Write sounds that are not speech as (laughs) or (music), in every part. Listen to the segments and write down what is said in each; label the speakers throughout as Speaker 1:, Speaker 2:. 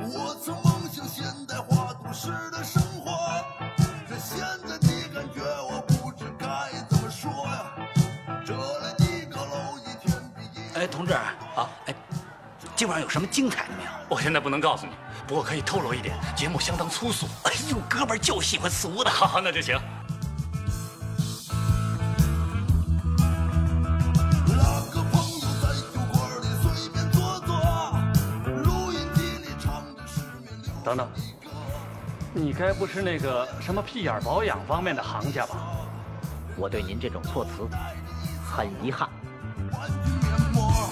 Speaker 1: 我曾梦想现代化都市的生活，但现在的感觉我不知该怎么说呀。这来的高楼一天比一天
Speaker 2: 哎，同志啊，哎，今晚上有什么精彩的没有？
Speaker 3: 我现在不能告诉你，不过可以透露一点，节目相当粗俗。
Speaker 2: 哎呦，哥们儿就喜欢俗的。
Speaker 3: 哈哈，那就行。
Speaker 1: 拉个朋友在酒馆里随便坐坐，录音机里唱着失眠流
Speaker 3: 等等，你该不是那个什么屁眼保养方面的行家吧？
Speaker 4: 我对您这种措辞很遗憾。
Speaker 1: 玩具面膜。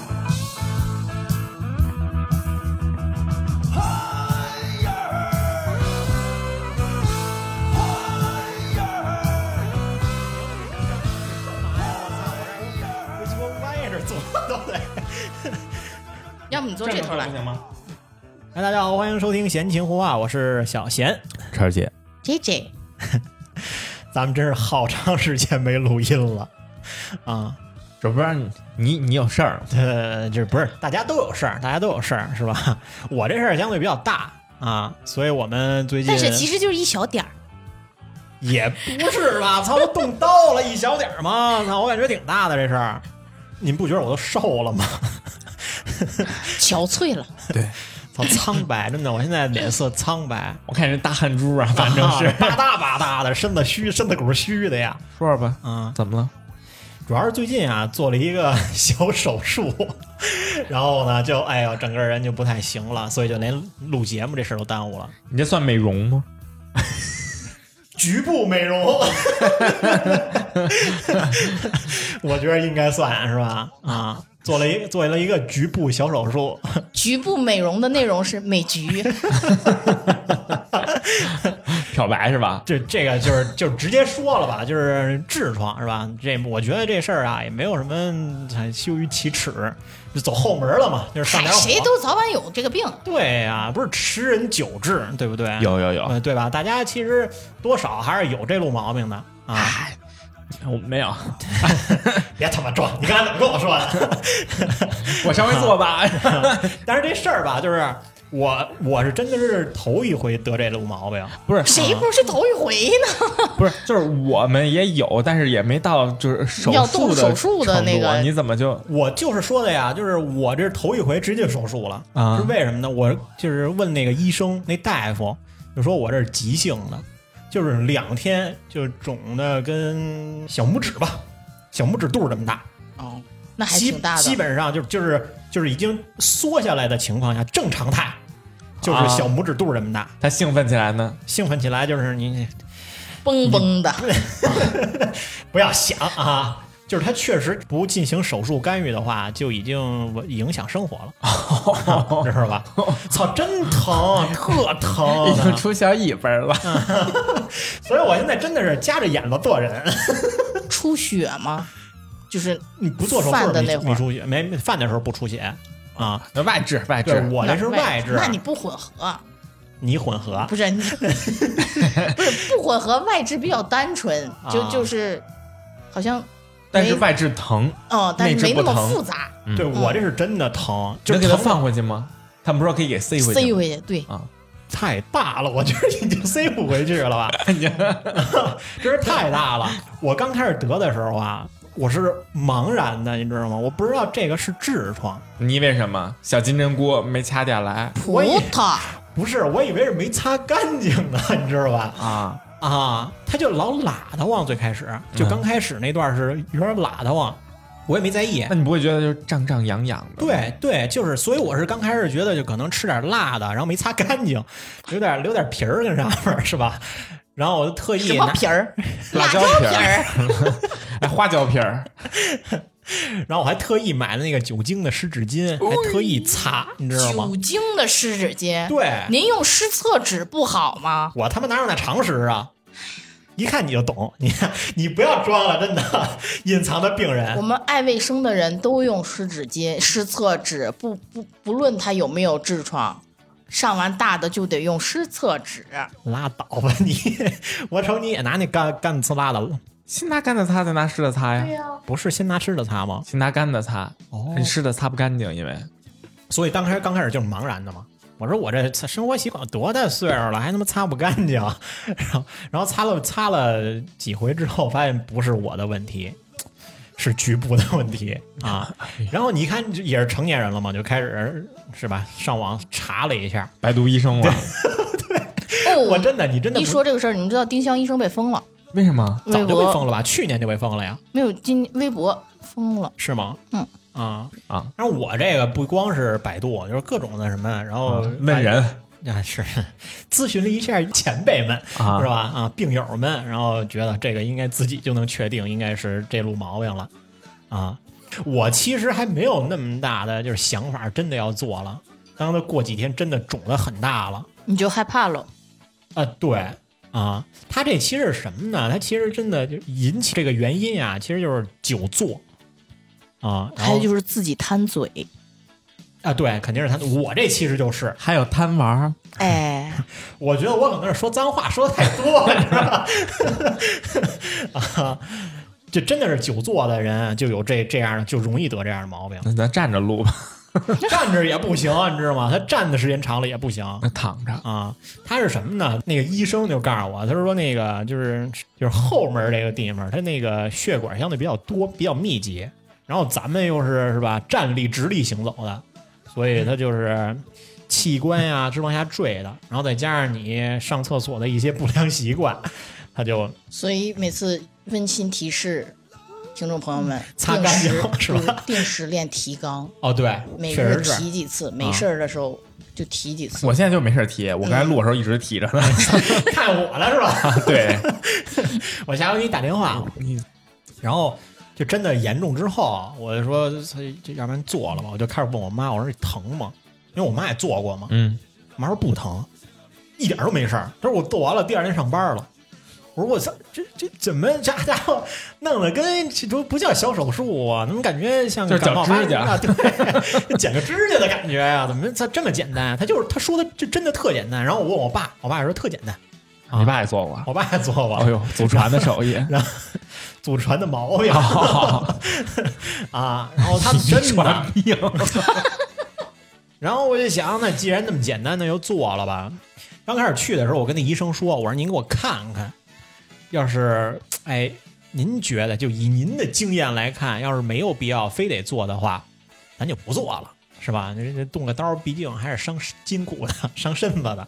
Speaker 1: 嗨呀儿，嗨呀儿，
Speaker 5: 我鸡巴歪着坐都得。
Speaker 6: 要不你坐这头来
Speaker 5: 不。行吗？哎，大家好，欢迎收听《闲情胡话》，我是小贤。
Speaker 7: 叉儿姐，
Speaker 6: J J，
Speaker 5: 咱们真是好长时间没录音了啊！
Speaker 7: 这不让你你你有事儿吗？
Speaker 5: 呃，这不是大家都有事儿，大家都有事儿是吧？我这事儿相对比较大啊，所以我们最近
Speaker 6: 但是其实就是一小点儿，
Speaker 5: 也不是吧？操，都动刀了一小点儿嘛，操，我感觉挺大的这事儿。您不觉得我都瘦了吗？
Speaker 6: 憔悴了。
Speaker 5: 操，苍白，真的，我现在脸色苍白，
Speaker 7: (laughs) 我看你是大汗珠啊，反正是。
Speaker 5: 啊吧嗒吧嗒的，身子虚，身子骨虚的呀。
Speaker 7: 说说吧，
Speaker 5: 嗯，
Speaker 7: 怎么了？
Speaker 5: 主要是最近啊做了一个 (laughs) 小手术， (laughs) 然后呢就哎呦整个人就不太行了，所以就连录节目这事儿都耽误了。
Speaker 7: 你这算美容吗？
Speaker 5: 局部美容， (laughs) 我觉得应该算是吧？啊，做了一做了一个局部小手术， (laughs)
Speaker 6: 局部美容的内容是美局，
Speaker 7: 漂白是吧？
Speaker 5: 这这个就是就直接说了吧，就是痔疮是吧？这我觉得这事儿啊也没有什么哎羞于启齿，就走后门了嘛，就是上
Speaker 6: 嗨，
Speaker 5: 点火。啊
Speaker 6: 哎谁都早晚有这个病。
Speaker 5: 对呀、不是吃人久治，对不对？
Speaker 7: 有有有，
Speaker 5: 呃，对吧？大家其实多少还是有这路毛病的啊！
Speaker 6: 哎
Speaker 7: 我没 (laughs) 有，
Speaker 5: 别他妈装，你刚才怎么跟我说的？ (laughs)
Speaker 7: 我稍微做吧。
Speaker 5: 但是这事儿吧，就是我我是真的是头一回得这路毛病，
Speaker 7: (laughs) 不是
Speaker 6: 谁不是头一回呢？
Speaker 7: 不是，就是我们也有，但是也没到就是手
Speaker 6: 要
Speaker 7: 术
Speaker 6: 动
Speaker 7: 的
Speaker 6: 手术的
Speaker 7: 程度
Speaker 6: 那
Speaker 7: 啊
Speaker 6: 个
Speaker 7: 你怎么就
Speaker 5: 我就是说的呀，就是我这头一回直接手术了
Speaker 7: 啊
Speaker 5: 是为什么呢？我就是问那个医生那大夫，就说我这是急性的，就是两天就肿的跟小拇指吧，小拇指肚这么大，
Speaker 6: 哦，那还
Speaker 5: 基
Speaker 6: 挺大的。
Speaker 5: 基本上就就是就是已经缩下来的情况下，正常态就是
Speaker 7: 啊
Speaker 5: 小拇指肚这么大。
Speaker 7: 他兴奋起来呢？
Speaker 5: 兴奋起来就是你
Speaker 6: 蹦蹦的，
Speaker 5: 不要想啊，就是他确实不进行手术干预的话，就已经影响生活
Speaker 7: 哦
Speaker 5: 了，知道吧？操，真疼，特
Speaker 7: (laughs) 已
Speaker 5: 疼
Speaker 7: 经
Speaker 5: 呢，
Speaker 7: 出小尾巴了，
Speaker 6: 嗯
Speaker 5: 所以我现在真的是夹着眼巴做人。
Speaker 6: (laughs) 出血吗？就是
Speaker 5: 你不做手
Speaker 6: 犯
Speaker 5: 术
Speaker 6: 的
Speaker 5: 没
Speaker 6: 那会儿
Speaker 5: 没出血，没没犯的时候不出血啊。
Speaker 7: 那外痔外
Speaker 5: 对 (laughs)
Speaker 7: 痔，
Speaker 5: 我这
Speaker 6: 那
Speaker 5: 是外啊痔，
Speaker 6: 那你不混
Speaker 5: (laughs)
Speaker 6: 合，啊
Speaker 5: 你混合
Speaker 6: 不是你 (laughs) 不是不混合，外痔比较单纯，就
Speaker 5: 啊
Speaker 6: 就是好像
Speaker 7: 但是
Speaker 6: 没
Speaker 7: 外痔疼，
Speaker 6: 哦，但是
Speaker 7: 内痔
Speaker 6: 没那
Speaker 7: 不
Speaker 6: 么
Speaker 7: 疼
Speaker 6: 复杂，
Speaker 5: 对我这是真的疼，就
Speaker 7: 能给
Speaker 5: 是
Speaker 7: 他
Speaker 5: 疼
Speaker 7: 放回去吗？他们不是说可以给塞回
Speaker 6: 塞
Speaker 7: 去吗？
Speaker 6: 回去
Speaker 5: 啊
Speaker 6: 对。
Speaker 5: 太大了，我觉得已经塞不回去了
Speaker 6: (laughs)
Speaker 5: 吧，
Speaker 6: 哎
Speaker 5: (laughs) 真是太大了。我刚开始得的时候啊，我是茫然的，你知道吗？我不知道这个是痔疮，
Speaker 7: 你为什么小金针菇没掐点来
Speaker 6: 葡萄，
Speaker 5: 不是，我以为是没擦干净呢， (laughs) 你知道吧？
Speaker 7: 啊？
Speaker 5: 啊，他就老喇叨往，最开始
Speaker 6: 嗯
Speaker 5: 就刚开始那段是有点喇叨往，我也没在意
Speaker 7: 那。你不会觉得就是胀胀痒痒的？
Speaker 5: 对对，就是，所以我是刚开始觉得就可能吃点辣的，然后没擦干净，留点留点皮儿跟上面儿是吧？然后我就特意
Speaker 6: 什么
Speaker 5: 拿
Speaker 6: 皮儿？
Speaker 7: 辣椒
Speaker 6: 椒
Speaker 7: 皮儿
Speaker 6: 儿，
Speaker 7: 哎，花椒皮儿，
Speaker 5: 然后我还特意买了那个酒精的湿纸巾，还特意擦，你知道吗
Speaker 6: 酒？精的湿纸巾。
Speaker 5: 对，
Speaker 6: (laughs) 您用湿厕纸不好吗？
Speaker 5: 我他妈哪有那常识啊！一看你就懂，你看你不要装了，真的，隐藏的病
Speaker 6: 我
Speaker 5: 人。
Speaker 6: 们爱卫生的人都用湿纸巾、湿厕纸，不不不论他有没有痔疮，上完大的就得用湿厕纸。
Speaker 5: 拉倒吧你！我瞅你也拿那干干呲啦的
Speaker 7: 先拿干的擦，再拿湿的擦呀。
Speaker 5: 不是先拿湿的擦吗？
Speaker 7: 先拿干的擦，
Speaker 5: 哦
Speaker 7: 你湿的擦不干净，因为
Speaker 5: 所以当开刚开始就是茫然的嘛。我说我这生活习惯多大岁数了，还他妈擦不干净，然后然后擦了擦了几回之后，发现不是我的问题，是局部的问题
Speaker 7: (laughs)
Speaker 5: 啊。然后你一看也是成年人了嘛，就开始是吧？上网查了一下，
Speaker 7: 百度医生嘛。
Speaker 6: 哦，
Speaker 5: (laughs) 我真的你真的
Speaker 6: 一
Speaker 5: 不
Speaker 6: 说这个事儿，你们知道丁香医生被封了，
Speaker 7: 为什么？
Speaker 6: 微
Speaker 5: 早就被封
Speaker 6: 博
Speaker 5: 了吧？去年就被封了呀，
Speaker 6: 没有今微博封了。
Speaker 5: 是吗？
Speaker 6: 嗯
Speaker 5: 啊
Speaker 7: 啊！
Speaker 5: 然后我这个不光是百度，就是各种的什么，然后
Speaker 7: 问人
Speaker 5: (laughs) 啊，是咨询了一下前辈们，
Speaker 7: 啊
Speaker 5: 是吧？啊，病友们，然后觉得这个应该自己就能确定，应该是这路毛病了啊。我其实还没有那么大的就是想法，真的要做了。当它过几天真的肿得很大了
Speaker 6: 你就害怕了，
Speaker 5: 啊，对啊，它这其实是什么呢？它其实真的就引起这个原因啊，其实就是久坐啊，然
Speaker 6: 还有
Speaker 5: 后
Speaker 6: 就是自己贪
Speaker 5: (laughs)
Speaker 6: 嘴，
Speaker 5: 啊，对，肯定是他。我这其实就是
Speaker 7: 还有贪玩儿，
Speaker 6: 哎，
Speaker 5: 我觉得我可能是说脏话说的太多了，你知道吧？ (laughs) 啊，这真的是久坐的人就有这这样的，就容易得这样的毛病。 (laughs)
Speaker 7: 那咱站着录吧，
Speaker 5: 站着也不行，你知道吗？他站的时间长了也不行
Speaker 7: 那躺着。
Speaker 5: 啊。他是什么呢？那个医生就告诉我，他说那个就是就是后门这个地方，他那个血管相对比较多，比较密集。然后咱们又是是吧，站立直立行走的，所以它就是器官啊呀、是往下坠的，然后再加上你上厕所的一些不良习惯，它就
Speaker 6: 所以每次温馨提示听众朋友们，
Speaker 5: (laughs) 擦
Speaker 6: 定
Speaker 5: 干净
Speaker 6: 时
Speaker 5: 是
Speaker 6: 不
Speaker 5: 吧
Speaker 6: 定时练提纲，
Speaker 5: 哦对，
Speaker 6: 每
Speaker 5: 确
Speaker 6: 日
Speaker 5: 实是啊
Speaker 6: 提几次，没事儿的时候就提几次。
Speaker 7: 我现在就没事儿提，我刚才录的时候一直提着呢。
Speaker 5: (laughs) 看我了是吧？
Speaker 7: (laughs) 对，
Speaker 5: 我下回给你打电话，
Speaker 7: 你
Speaker 5: 然后就真的严重之后，啊我就说，所以就要不然做了吧，我就开始问我妈，我说这疼吗？因为我妈也做过嘛，
Speaker 7: 嗯，
Speaker 5: 我妈说不疼，一点都没事儿。她说我做完了，第二天上班了。我说我操，这这怎么这家伙弄得跟这都不叫小手术啊？怎么感觉像
Speaker 7: 就是
Speaker 5: 感冒发
Speaker 7: 剪指甲
Speaker 5: 啊？对， (laughs) 剪个指甲的感觉呀、啊？怎么这这么简单？他就是他说的这真的特简单。然后我问我爸，我爸也说特简单，
Speaker 7: 你爸也做过。
Speaker 5: 我爸也做过。
Speaker 7: 哎呦，祖传的 (laughs) 手艺，
Speaker 5: 祖传的毛病、 (laughs) 啊，然后他
Speaker 7: 哦 (laughs) 遗
Speaker 5: 真的
Speaker 7: 传，病。
Speaker 5: 然后我就想，那既然那么简单，那就做了吧。刚开始去的时候，我跟那医生说，我说您给我看看，要是哎，您觉得就以您的经验来看，要是没有必要非得做的话，咱就不做了，是吧？这这动个刀，毕竟还是伤筋骨的， (laughs) 伤身子的。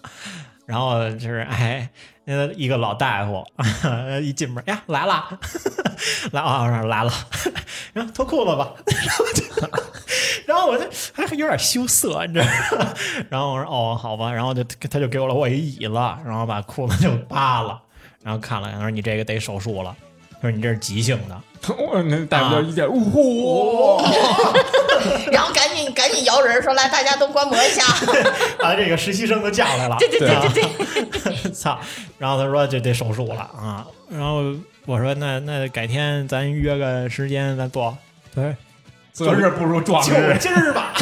Speaker 5: 然后就是哎，那一个老大夫 (laughs) 一进门哎呀来了， (laughs) 来啊来了， (laughs) 然后脱裤子吧， (laughs) 然后我就还有点羞涩，啊你知道吗？ (laughs) 然后我说哦好吧，然后就他就给我了我一椅子，然后把裤子就扒了，然后看了，他说你这个得手术了，他说你这是急性的，
Speaker 7: 我那大夫就一见，呜呼，
Speaker 6: (laughs) 然后赶紧赶紧摇人说来，大家都观摩 (laughs) 一下。
Speaker 5: 把啊这个实习生都叫来了，对对对对对， (laughs) 操！然后他说就得手术了啊，然后我说那那改天咱约个时间咱做，他说
Speaker 7: 择日不如撞
Speaker 5: 就
Speaker 7: 日，
Speaker 5: 今儿吧，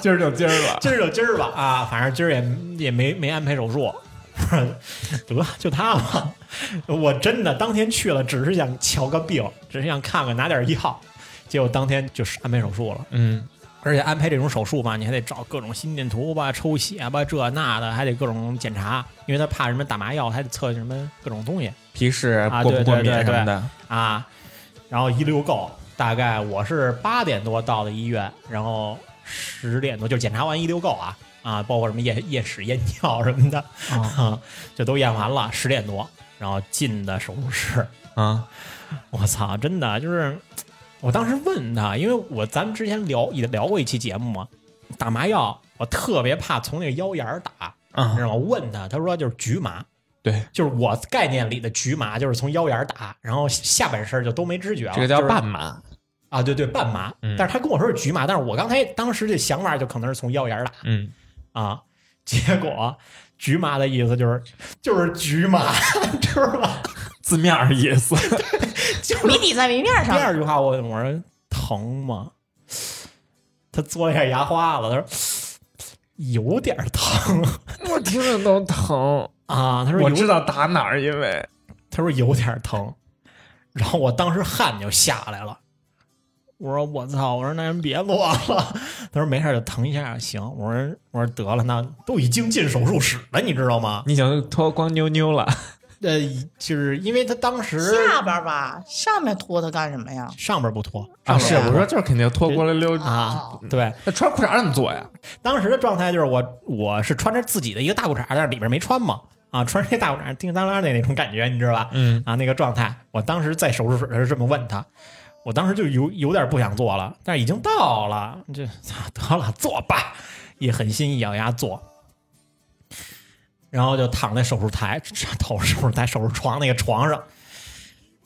Speaker 7: 今儿就今儿吧。
Speaker 5: 今儿就今儿吧啊，反正今儿也也没没安排手术。 (laughs) 得就他吧，我真的当天去了，只是想瞧个病，只是想看看拿点药，结果当天就是安排手术了。
Speaker 7: (laughs) 嗯，
Speaker 5: 而且安排这种手术吧，你还得找各种心电图吧、抽血吧、这那的，还得各种检查，因为他怕什么打麻药，还得测什么各种东西
Speaker 7: 皮试
Speaker 5: 啊
Speaker 7: 过不
Speaker 5: 对
Speaker 7: 过
Speaker 5: 对
Speaker 7: 敏
Speaker 5: 对
Speaker 7: 什么
Speaker 5: 对
Speaker 7: 的，
Speaker 5: 啊。然后一溜够，大概我是八点多到的医院，然后十点多就检查完一溜够啊啊，包括什么验验屎、验尿什么的 (laughs) 啊，就都验完了，十点多，然后进的手术室， (laughs)
Speaker 7: 啊，
Speaker 5: 我操，真的就是，我当时问他，因为我咱们之前聊也聊过一期节目嘛，打麻药我特别怕从那个腰眼儿打，
Speaker 7: 啊
Speaker 5: 你知道吗？问他，他说就是局麻，
Speaker 7: 对，
Speaker 5: 就是我概念里的局麻，就是从腰眼儿打，然后下半身就都没知觉了，
Speaker 7: 这个叫
Speaker 5: 就是
Speaker 7: 半马。
Speaker 5: 啊，对对，半麻。
Speaker 7: 嗯
Speaker 5: 但是他跟我说是局麻，但是我刚才当时这想法就可能是从腰眼儿打
Speaker 7: 嗯，
Speaker 5: 啊，结果 (laughs) 局麻的意思就是就是局麻， (laughs) 知道吧？
Speaker 7: 字面儿意思，
Speaker 6: 谜底在谜面
Speaker 5: 第
Speaker 6: 上，
Speaker 5: 二句话我我说疼吗？他嘬了一下牙花子，他说有点疼
Speaker 7: (laughs) 我听着都疼。
Speaker 5: 啊。他说
Speaker 7: 我
Speaker 5: 有
Speaker 7: 知，道打哪儿，因为
Speaker 5: 他说有点疼。然后我当时汗就下来了。我说我操！我说那人别落了。他说没事儿就疼一下行。我说我说得了，那都已经进手术室了，你知道吗？
Speaker 7: 你想脱光妞妞了？
Speaker 5: 呃，就是因为他当时
Speaker 6: 下边吧，上面拖它干什么呀？
Speaker 5: 上边不脱
Speaker 7: 啊，
Speaker 5: 上
Speaker 7: 是
Speaker 5: 边不
Speaker 7: 我
Speaker 5: 脱
Speaker 7: 说就是肯定脱光了溜。
Speaker 6: 哦
Speaker 5: 啊，对，
Speaker 7: 那穿裤衩怎么做呀？
Speaker 5: 当时的状态就是我我是穿着自己的一个大裤衩，但是里边没穿嘛，啊，穿着一大裤衩叮当啷的那种感觉，你知道吧？
Speaker 7: 嗯，
Speaker 5: 啊，那个状态，我当时在手术室是这么问他，我当时就有有点不想做了，但是已经到了，这 (laughs) 操得了，做吧，一狠心一咬牙做。然后就躺在手术台，头手术台手术床那个床上，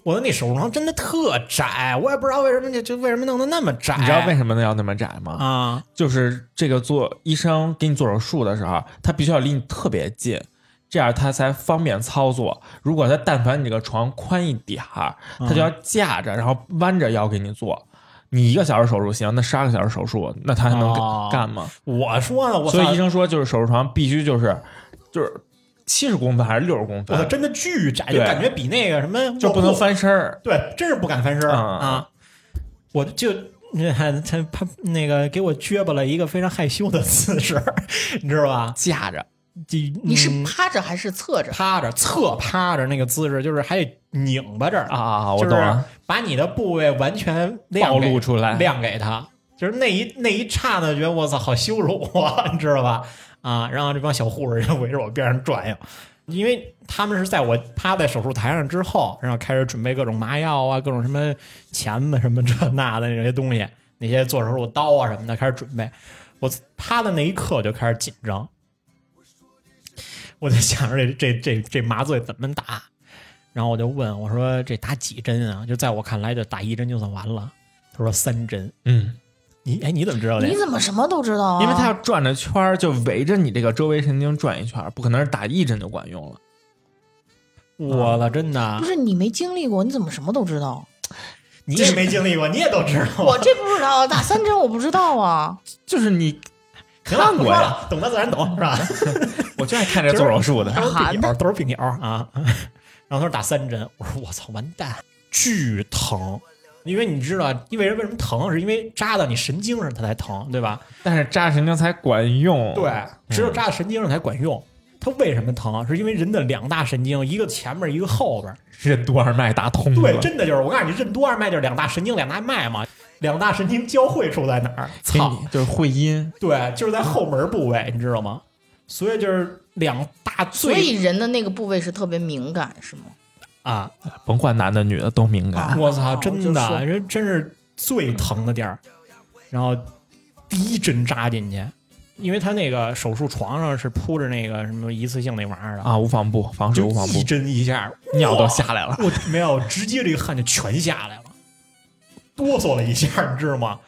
Speaker 5: 我的那手术床真的特窄，我也不知道为什么这这为什么弄得那么窄，
Speaker 7: 你知道为什么要那么窄吗？
Speaker 5: 啊？
Speaker 7: 就是这个做医生给你做手术的时候，他必须要离你特别近，这样他才方便操作。如果他但凡你这个床宽一点儿，
Speaker 5: 嗯
Speaker 7: 他就要架着，然后弯着腰给你做。你一个小时手术行，那十二个小时手术，那他还能
Speaker 5: 哦
Speaker 7: 干吗？
Speaker 5: 我说呢，我
Speaker 7: 所以
Speaker 5: 操
Speaker 7: 医生说，就是手术床必须就是就是七十公分还是六十公
Speaker 5: 我操，
Speaker 7: 分，
Speaker 5: 真的巨窄，就
Speaker 7: 对
Speaker 5: 感觉比那个什哦么
Speaker 7: 就不能
Speaker 5: 卧铺，
Speaker 7: 翻身儿。
Speaker 5: 对，真是不敢翻身儿
Speaker 7: 嗯
Speaker 5: 啊！我就那还他他那个给我撅巴了一个非常害羞的姿势，你知道吧？
Speaker 7: 架着，
Speaker 5: 就
Speaker 6: 你是
Speaker 5: 嗯
Speaker 6: 趴着还是侧着？
Speaker 5: 趴着侧趴着那个姿势，就是还得拧巴着
Speaker 7: 啊啊啊我
Speaker 5: 就是
Speaker 7: 懂了
Speaker 5: 把你的部位完全亮
Speaker 7: 暴
Speaker 5: 给
Speaker 7: 露出来，
Speaker 5: 亮给他，就是那一那一刹那，觉得我操，好羞辱我， (laughs) 你知道吧？啊，然后这帮小护士就围着我边上转悠，因为他们是在我趴在手术台上之后，然后开始准备各种麻药啊，各种什么钳子什么这那的那些东西，那些做手术刀啊什么的开始准备。我趴的那一刻我就开始紧张，我在想着这这这这麻醉怎么打，然后我就问我说这打几针啊？就在我看来，就打一针就算完了。他说三针。
Speaker 7: 嗯，
Speaker 5: 你哎，你怎么知道的呀
Speaker 6: 你？怎么什么都知道啊？
Speaker 7: 因为他要转着圈儿，就围着你这个周围神经转一圈儿，不可能是打一针就管用了。
Speaker 5: 我了，真的
Speaker 6: 不，是你没经历过，你怎么什么都知道？
Speaker 5: 你也没经历过，你也都知道。
Speaker 6: 我这不知道，打三针我不知道啊。
Speaker 7: 就是你
Speaker 5: 行了，
Speaker 7: 看
Speaker 5: 不
Speaker 7: 过
Speaker 5: 说
Speaker 7: 呀
Speaker 5: 了，懂的自然懂，是吧？
Speaker 7: 我就爱看这做手术的。
Speaker 5: 都是病
Speaker 6: 喊
Speaker 5: 友，都是病友啊。 (laughs) 然后他说打三针，我说我操，完蛋，巨疼。因为你知道，因为为什么疼，是因为扎到你神经上它才疼，对吧？
Speaker 7: (laughs) 但是扎神经才管用。
Speaker 5: 对，只有扎到神经上才管用。它为什么疼？是因为人的两大神经，一个前面，一个后边。
Speaker 7: 任督二脉打通了。
Speaker 5: 对，真的就是我告诉你，任督二脉就是两大神经，两大脉嘛，两大神经交汇处在哪儿？
Speaker 7: 给
Speaker 5: 操，
Speaker 7: 你就是会阴，
Speaker 5: 对，就是在后门部位，你知道吗？所以就是两大最
Speaker 6: 所以人的那个部位是特别敏感，是吗？
Speaker 5: 啊，
Speaker 7: 甭管男的女的都敏感。
Speaker 6: 啊
Speaker 5: 我操，
Speaker 6: 我就
Speaker 5: 真的，
Speaker 6: 说
Speaker 5: 人真是最疼的地儿。然后第一针扎进去，因为他那个手术床上是铺着那个什么一次性那玩意儿的，
Speaker 7: 啊，无纺布，防水
Speaker 5: 就
Speaker 7: 无纺布
Speaker 5: 一，针一下，
Speaker 7: 尿都
Speaker 5: 哇
Speaker 7: 下来了。
Speaker 5: 我没有，直接这个汗就全下来了，哆嗦了一下，你知道吗？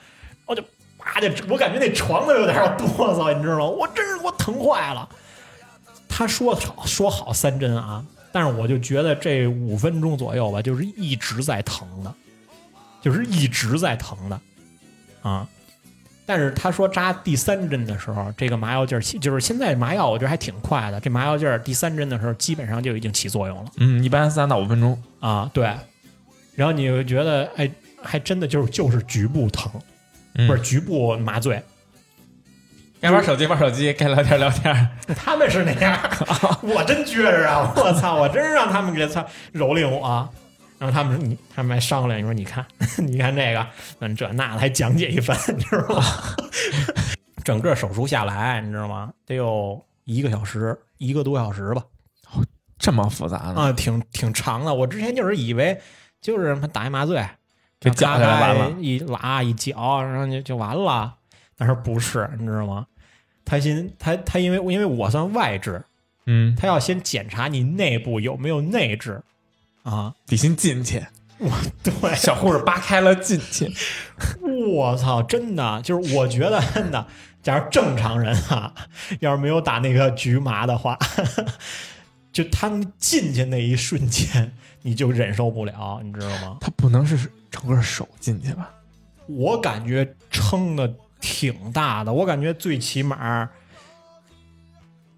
Speaker 5: 我就啪就，我感觉那床都有点要哆嗦，你知道吗？我真是给我疼坏了。他说好说好三针啊，但是我就觉得这五分钟左右吧，就是一直在疼的，就是一直在疼的啊。但是他说扎第三针的时候，这个麻药劲儿起，就是现在麻药我觉得还挺快的，这麻药劲儿第三针的时候基本上就已经起作用了。
Speaker 7: 嗯，一般三到五分钟。
Speaker 5: 啊，对，然后你会觉得，哎，还真的就是就是局部疼，
Speaker 7: 嗯
Speaker 5: 不是局部麻醉，
Speaker 7: 该玩手机玩手机，该聊天聊天。
Speaker 5: 他们是那 (laughs) 样，我真撅着啊，我操，我真是让他们给操蹂躏我啊。然后他们说你，他们还商量，你说你看， (laughs) 你看这个，嗯，这那的，还讲解一番， (laughs) 你知道吗？整个手术下来，你知道吗？得有一个小时，一个多小时吧。
Speaker 7: 这么复杂呢？
Speaker 5: 啊，挺挺长的。我之前就是以为就是打一麻醉，
Speaker 7: 给绞下来完了
Speaker 5: 然后咔咔一拉一绞，然后就就完了。但是不是，你知道吗？他先他他因为因为我算外治，
Speaker 7: 嗯，
Speaker 5: 他要先检查你内部有没有内痔啊。
Speaker 7: 得先进去，
Speaker 5: 对，
Speaker 7: (laughs) 小护士扒开了进去。
Speaker 5: 我操，真的就是我觉得真的，假如正常人啊，要是没有打那个局麻的话， (laughs) 就他们进去那一瞬间，你就忍受不了，你知道吗？
Speaker 7: 他不能是整个手进去吧？
Speaker 5: 我感觉撑的挺大的，我感觉最起码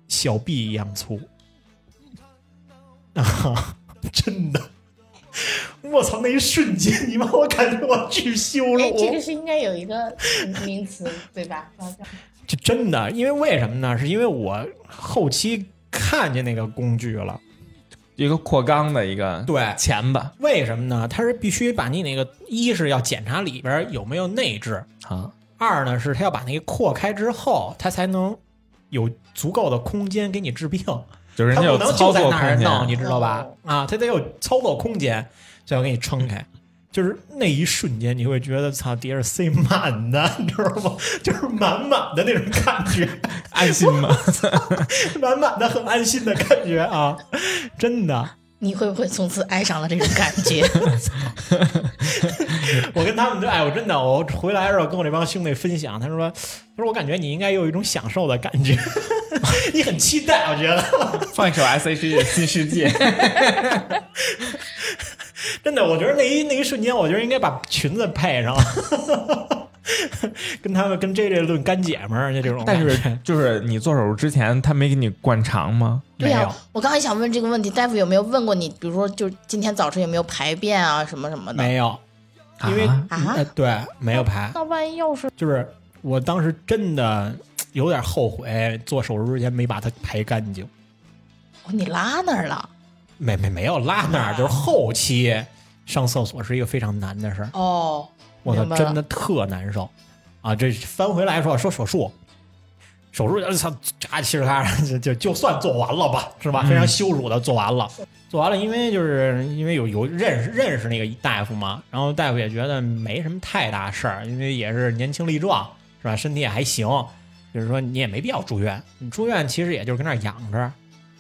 Speaker 5: 小臂一 (laughs) 样粗啊，真的，我操！那一瞬间，你妈，我感觉我巨羞
Speaker 6: 哎
Speaker 5: 辱。，
Speaker 6: 这个是应该有一个名词，对吧？
Speaker 5: 这真的，因为为什么呢？是因为我后期看见那个工具了。
Speaker 7: 一个扩缸的一个
Speaker 5: 对
Speaker 7: 钳子
Speaker 5: 为什么呢？它是必须把你那个一是要检查里边有没有内置，
Speaker 7: 啊，
Speaker 5: 二呢是它要把那个扩开之后，它才能有足够的空间给你治病。
Speaker 7: 就是 (laughs) 人
Speaker 5: 它
Speaker 7: 家有
Speaker 5: 不能
Speaker 7: 操
Speaker 5: 就在
Speaker 7: 作
Speaker 5: 那儿
Speaker 7: 空
Speaker 5: 闹，你
Speaker 7: (laughs) 间，
Speaker 5: 知道吧？啊，它得有操作空间，才要给你撑
Speaker 7: (laughs)
Speaker 5: 开。就是那一瞬间，你会觉得操，底下是塞满的，你知道吗？就是满满的那种感觉，
Speaker 7: 安心吗？
Speaker 5: 满满的很安心的感觉啊！真的，
Speaker 6: (laughs) 你会不会从此爱上了这种感觉？
Speaker 5: 我跟他们就哎，我真的，我回来的时候跟我这帮兄弟分享，他说，他说我感觉你应该有一种享受的感觉， (laughs) 你很期待，我觉得。
Speaker 7: (laughs) 放一首 S.H.E 的《新世界》，
Speaker 5: 真的，我觉得那一那一瞬间，我觉得应该把裙子配上， (laughs) 跟他们跟 J J 论干姐们儿，就这种
Speaker 7: (laughs) 但
Speaker 5: 感觉。
Speaker 7: 是就是你做手术之前，他没给你灌肠吗？
Speaker 6: 对呀、
Speaker 5: 没有
Speaker 6: 我刚才想问这个问题，大夫有没有问过你？比如说，就是今天早晨有没有排便啊，什么什么的？
Speaker 5: 没有，因为、
Speaker 7: 啊
Speaker 6: 啊
Speaker 5: 呃对没有排，
Speaker 6: 那万一要是
Speaker 5: 就是我当时真的有点后悔，做手术之前没把它排干净。
Speaker 6: 哦你拉那儿了？
Speaker 5: 没没没有拉那儿，就是后期上厕所是一个非常难的事儿，
Speaker 6: 哦，
Speaker 5: 我操
Speaker 6: 明白，了
Speaker 5: 真的特难受啊！这翻回来说说手术，手术，操，啊，其实咔 (laughs) 就就就算做完了吧，是吧？非常羞辱的做完了，做完了，因为就是因为有有认识认识那个大夫嘛，然后大夫也觉得没什么太大事儿，因为也是年轻力壮，是吧？身体也还行，就是说你也没必要住院，你住院其实也就是跟那儿养着。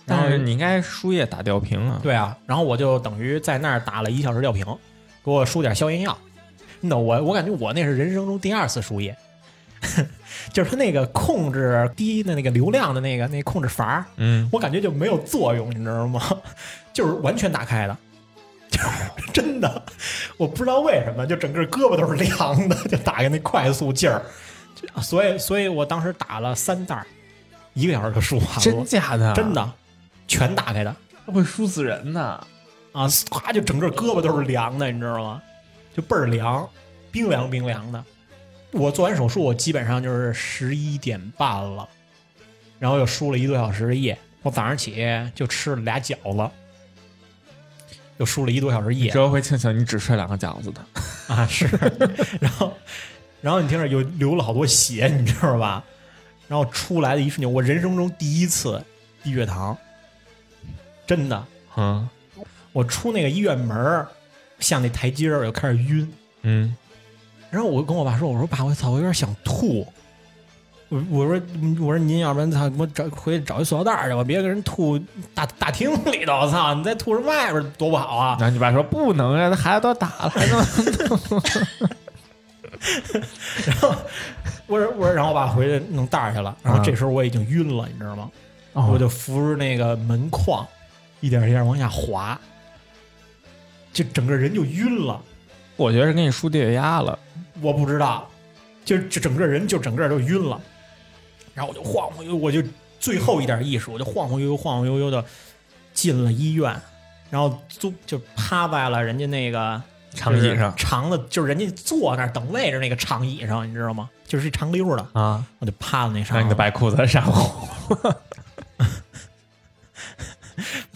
Speaker 5: 然后
Speaker 7: 但是你应该输液打吊瓶啊。
Speaker 5: 对啊，然后我就等于在那儿打了一小时吊瓶，给我输点消炎药。那我我感觉我那是人生中第二次输液， (laughs) 就是他那个控制低的那个流量的那个那控制阀儿，
Speaker 7: 嗯，
Speaker 5: 我感觉就没有作用，你知道吗？ (laughs) 就是完全打开的， (laughs) 就是真的，我不知道为什么，就整个胳膊都是凉的，就打开那快速劲儿，就所以所以我当时打了三袋儿，一个小时就输完了，
Speaker 7: (laughs) 真
Speaker 5: 真
Speaker 7: 假的？
Speaker 5: 的全打开的。
Speaker 7: 会输死人的。
Speaker 5: 啊，咵就整个胳膊都是凉的，你知道吗？就倍儿凉，冰凉冰凉的。我做完手术，我基本上就是十一点半了，然后又输了一个多小时的液。我早上起就吃了俩饺子，又输了一个多小时
Speaker 7: 你
Speaker 5: 液
Speaker 7: 之后会庆幸你只睡两个饺子的。
Speaker 5: 啊，是。 (laughs) 然后，然后你听着，有流了好多血，你知道吧？然后出来的一瞬间，我人生中第一次低血糖，真的。
Speaker 7: 嗯
Speaker 5: 我出那个医院门儿，下那台阶儿，我就开始晕。
Speaker 7: 嗯，
Speaker 5: 然后我跟我爸说：“我说爸，我操，我有点想吐。我我说嗯我说您要不然操，我找回去找一塑料袋儿去吧，别给人吐大大厅里头。我操，你再吐人外边儿多不好啊
Speaker 7: (laughs) 然！后你爸说不能啊，那孩子都打了， (laughs) 还能
Speaker 5: 我说我说，然后我爸回去弄袋儿去了。然后这时候我已经晕了，你知道吗？
Speaker 7: 哦
Speaker 5: 我就扶着那个门框，一点一点往下滑，就整个人就晕了。
Speaker 7: (laughs) 我觉得是给你输低血压了。
Speaker 5: 我不知道，就就整个人就整个就晕了，然后我就晃晃悠，我就最后一点意识，我就晃晃悠悠、晃晃悠悠的进了医院，然后就就趴在了人家那个
Speaker 7: 长椅上
Speaker 5: 长的，就是人家坐那儿等位置那个长椅上，你知道吗？就是一长溜的，
Speaker 7: 啊，
Speaker 5: 我就趴在那上
Speaker 7: 让你
Speaker 5: 面
Speaker 7: 的，白裤子上火。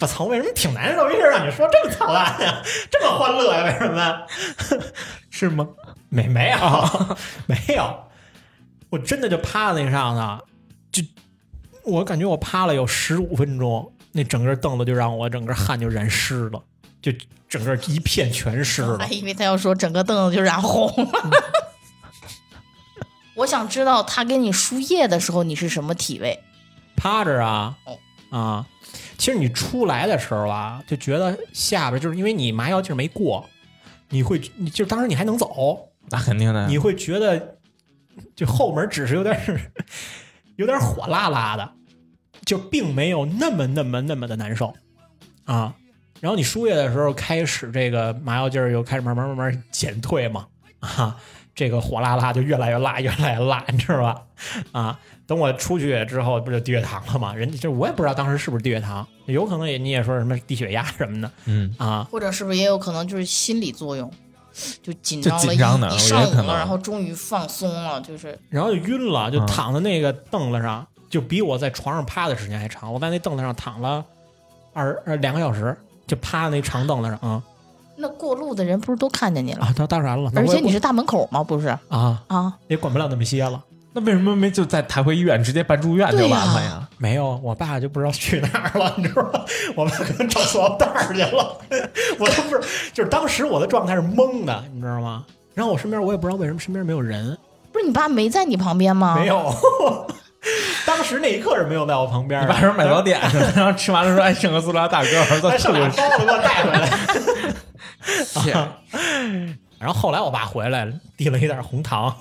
Speaker 5: 我操，为什么挺难受？为什么让你说这么操蛋呀？这么欢乐呀？为什么？ (laughs)
Speaker 7: 是吗？
Speaker 5: 没没有 (laughs) 没有，我真的就趴在那上呢，就我感觉我趴了有十五分钟，那整个凳子就让我整个汗就染湿了，就整个一片全湿
Speaker 6: 我
Speaker 5: 了
Speaker 6: 还。以哎为他要说整个凳子就染红了。 (laughs) 我想知道他给你输液的时候你是什么体位？
Speaker 5: 趴着啊
Speaker 6: 哦
Speaker 5: 啊，其实你出来的时候啊，就觉得下边就是因为你麻药劲儿没过，你会你就当时你还能走，
Speaker 7: (laughs) 那肯定的。
Speaker 5: 你会觉得就后门只是有点儿 (laughs) 有点儿火辣辣的，就并没有那么那么那么的难受啊。然后你输液的时候开始这个麻药劲儿又开始慢慢慢慢减退嘛， (laughs) 啊，这个火辣辣就越来越辣，越来越辣， (laughs) 你知道吧？啊，等我出去之后，不就低血糖了吗？人家就我也不知道当时是不是低血糖，有可能也你也说什么低血压什么的
Speaker 7: 嗯，
Speaker 5: 啊，
Speaker 6: 或者是不是也有可能就是心理作用，就紧
Speaker 7: 就
Speaker 6: 张
Speaker 7: 紧
Speaker 6: 了
Speaker 7: 张的
Speaker 6: 一
Speaker 7: 我
Speaker 6: 一
Speaker 7: 觉得
Speaker 6: 上午
Speaker 7: 可能
Speaker 6: 了，然后终于放松了，就是
Speaker 5: 然后就晕了，就
Speaker 7: 嗯
Speaker 5: 躺在那个凳子上，就比我在床上趴的时间还长。我在那凳子上躺了二二两个小时，就趴在那长凳子上啊
Speaker 6: 那过路的人不是都看见你了？
Speaker 5: 啊！当当然了，那
Speaker 6: 而
Speaker 5: 我
Speaker 6: 且
Speaker 5: 也
Speaker 6: 你
Speaker 5: 管
Speaker 6: 是大门口吗？不是
Speaker 5: 啊，
Speaker 6: 啊，
Speaker 5: 也管不了那么些了。
Speaker 7: 那为什么没就再抬回医院直接办住院就
Speaker 6: 对呀
Speaker 7: 完了呀？
Speaker 5: 没有，我爸就不知道去哪儿了，你知道吗？我爸可能找塑料袋儿去了， (laughs) 我都不是，就是当时我的状态是懵的，你知道吗？然后我身边我也不知道为什么身边没有人，
Speaker 6: 不是你爸没在你旁边吗？
Speaker 5: 没有， (laughs) 当时那一刻是没有在我旁边
Speaker 7: 你
Speaker 5: 的。
Speaker 7: 晚上买早
Speaker 5: (laughs)
Speaker 7: 点 (laughs) 去了，然后吃完了说：“哎，剩个塑料大哥，我
Speaker 5: 再
Speaker 7: 再
Speaker 5: 哎上
Speaker 7: 吃
Speaker 5: 俩
Speaker 7: 个。
Speaker 5: 包子给我带回来。
Speaker 7: (laughs)
Speaker 5: 然后后来我爸回来递了一袋红糖，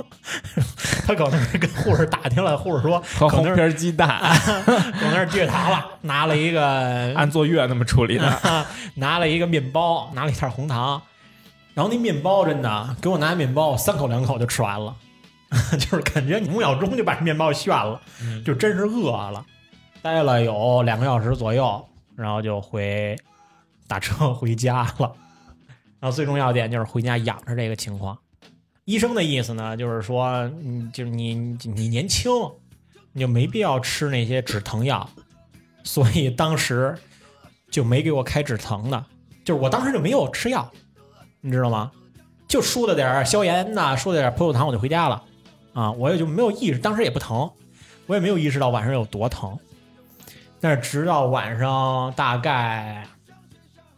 Speaker 5: (laughs) 他可能是跟护士打听了，护士说”
Speaker 7: 和
Speaker 5: 可
Speaker 7: 红
Speaker 5: 能
Speaker 7: 皮
Speaker 5: 是
Speaker 7: 儿鸡蛋，
Speaker 5: 可能是低血糖了，拿了一
Speaker 7: (laughs)
Speaker 5: 个
Speaker 7: 哎按坐月那么处理
Speaker 5: 嗯
Speaker 7: 的。
Speaker 5: 拿了一个面包，拿了一袋红糖，然后那面包真的给我拿面包，三口两口就吃完了， (laughs) 就是感觉你五秒钟就把面包炫了，就真是饿了，待了有两个小时左右，然后就回打车回家了。 (laughs) 然后最重要的点就是回家养着这个情况。医生的意思呢，就是说，嗯，就是你你你年轻，你就没必要吃那些止疼药，所以当时就没给我开止疼的，就是我当时就没有吃药，你知道吗？就输了点儿消炎呐，输了点儿葡萄糖，我就回家了。啊，我也就没有意识，当时也不疼，我也没有意识到晚上有多疼。但是直到晚上大概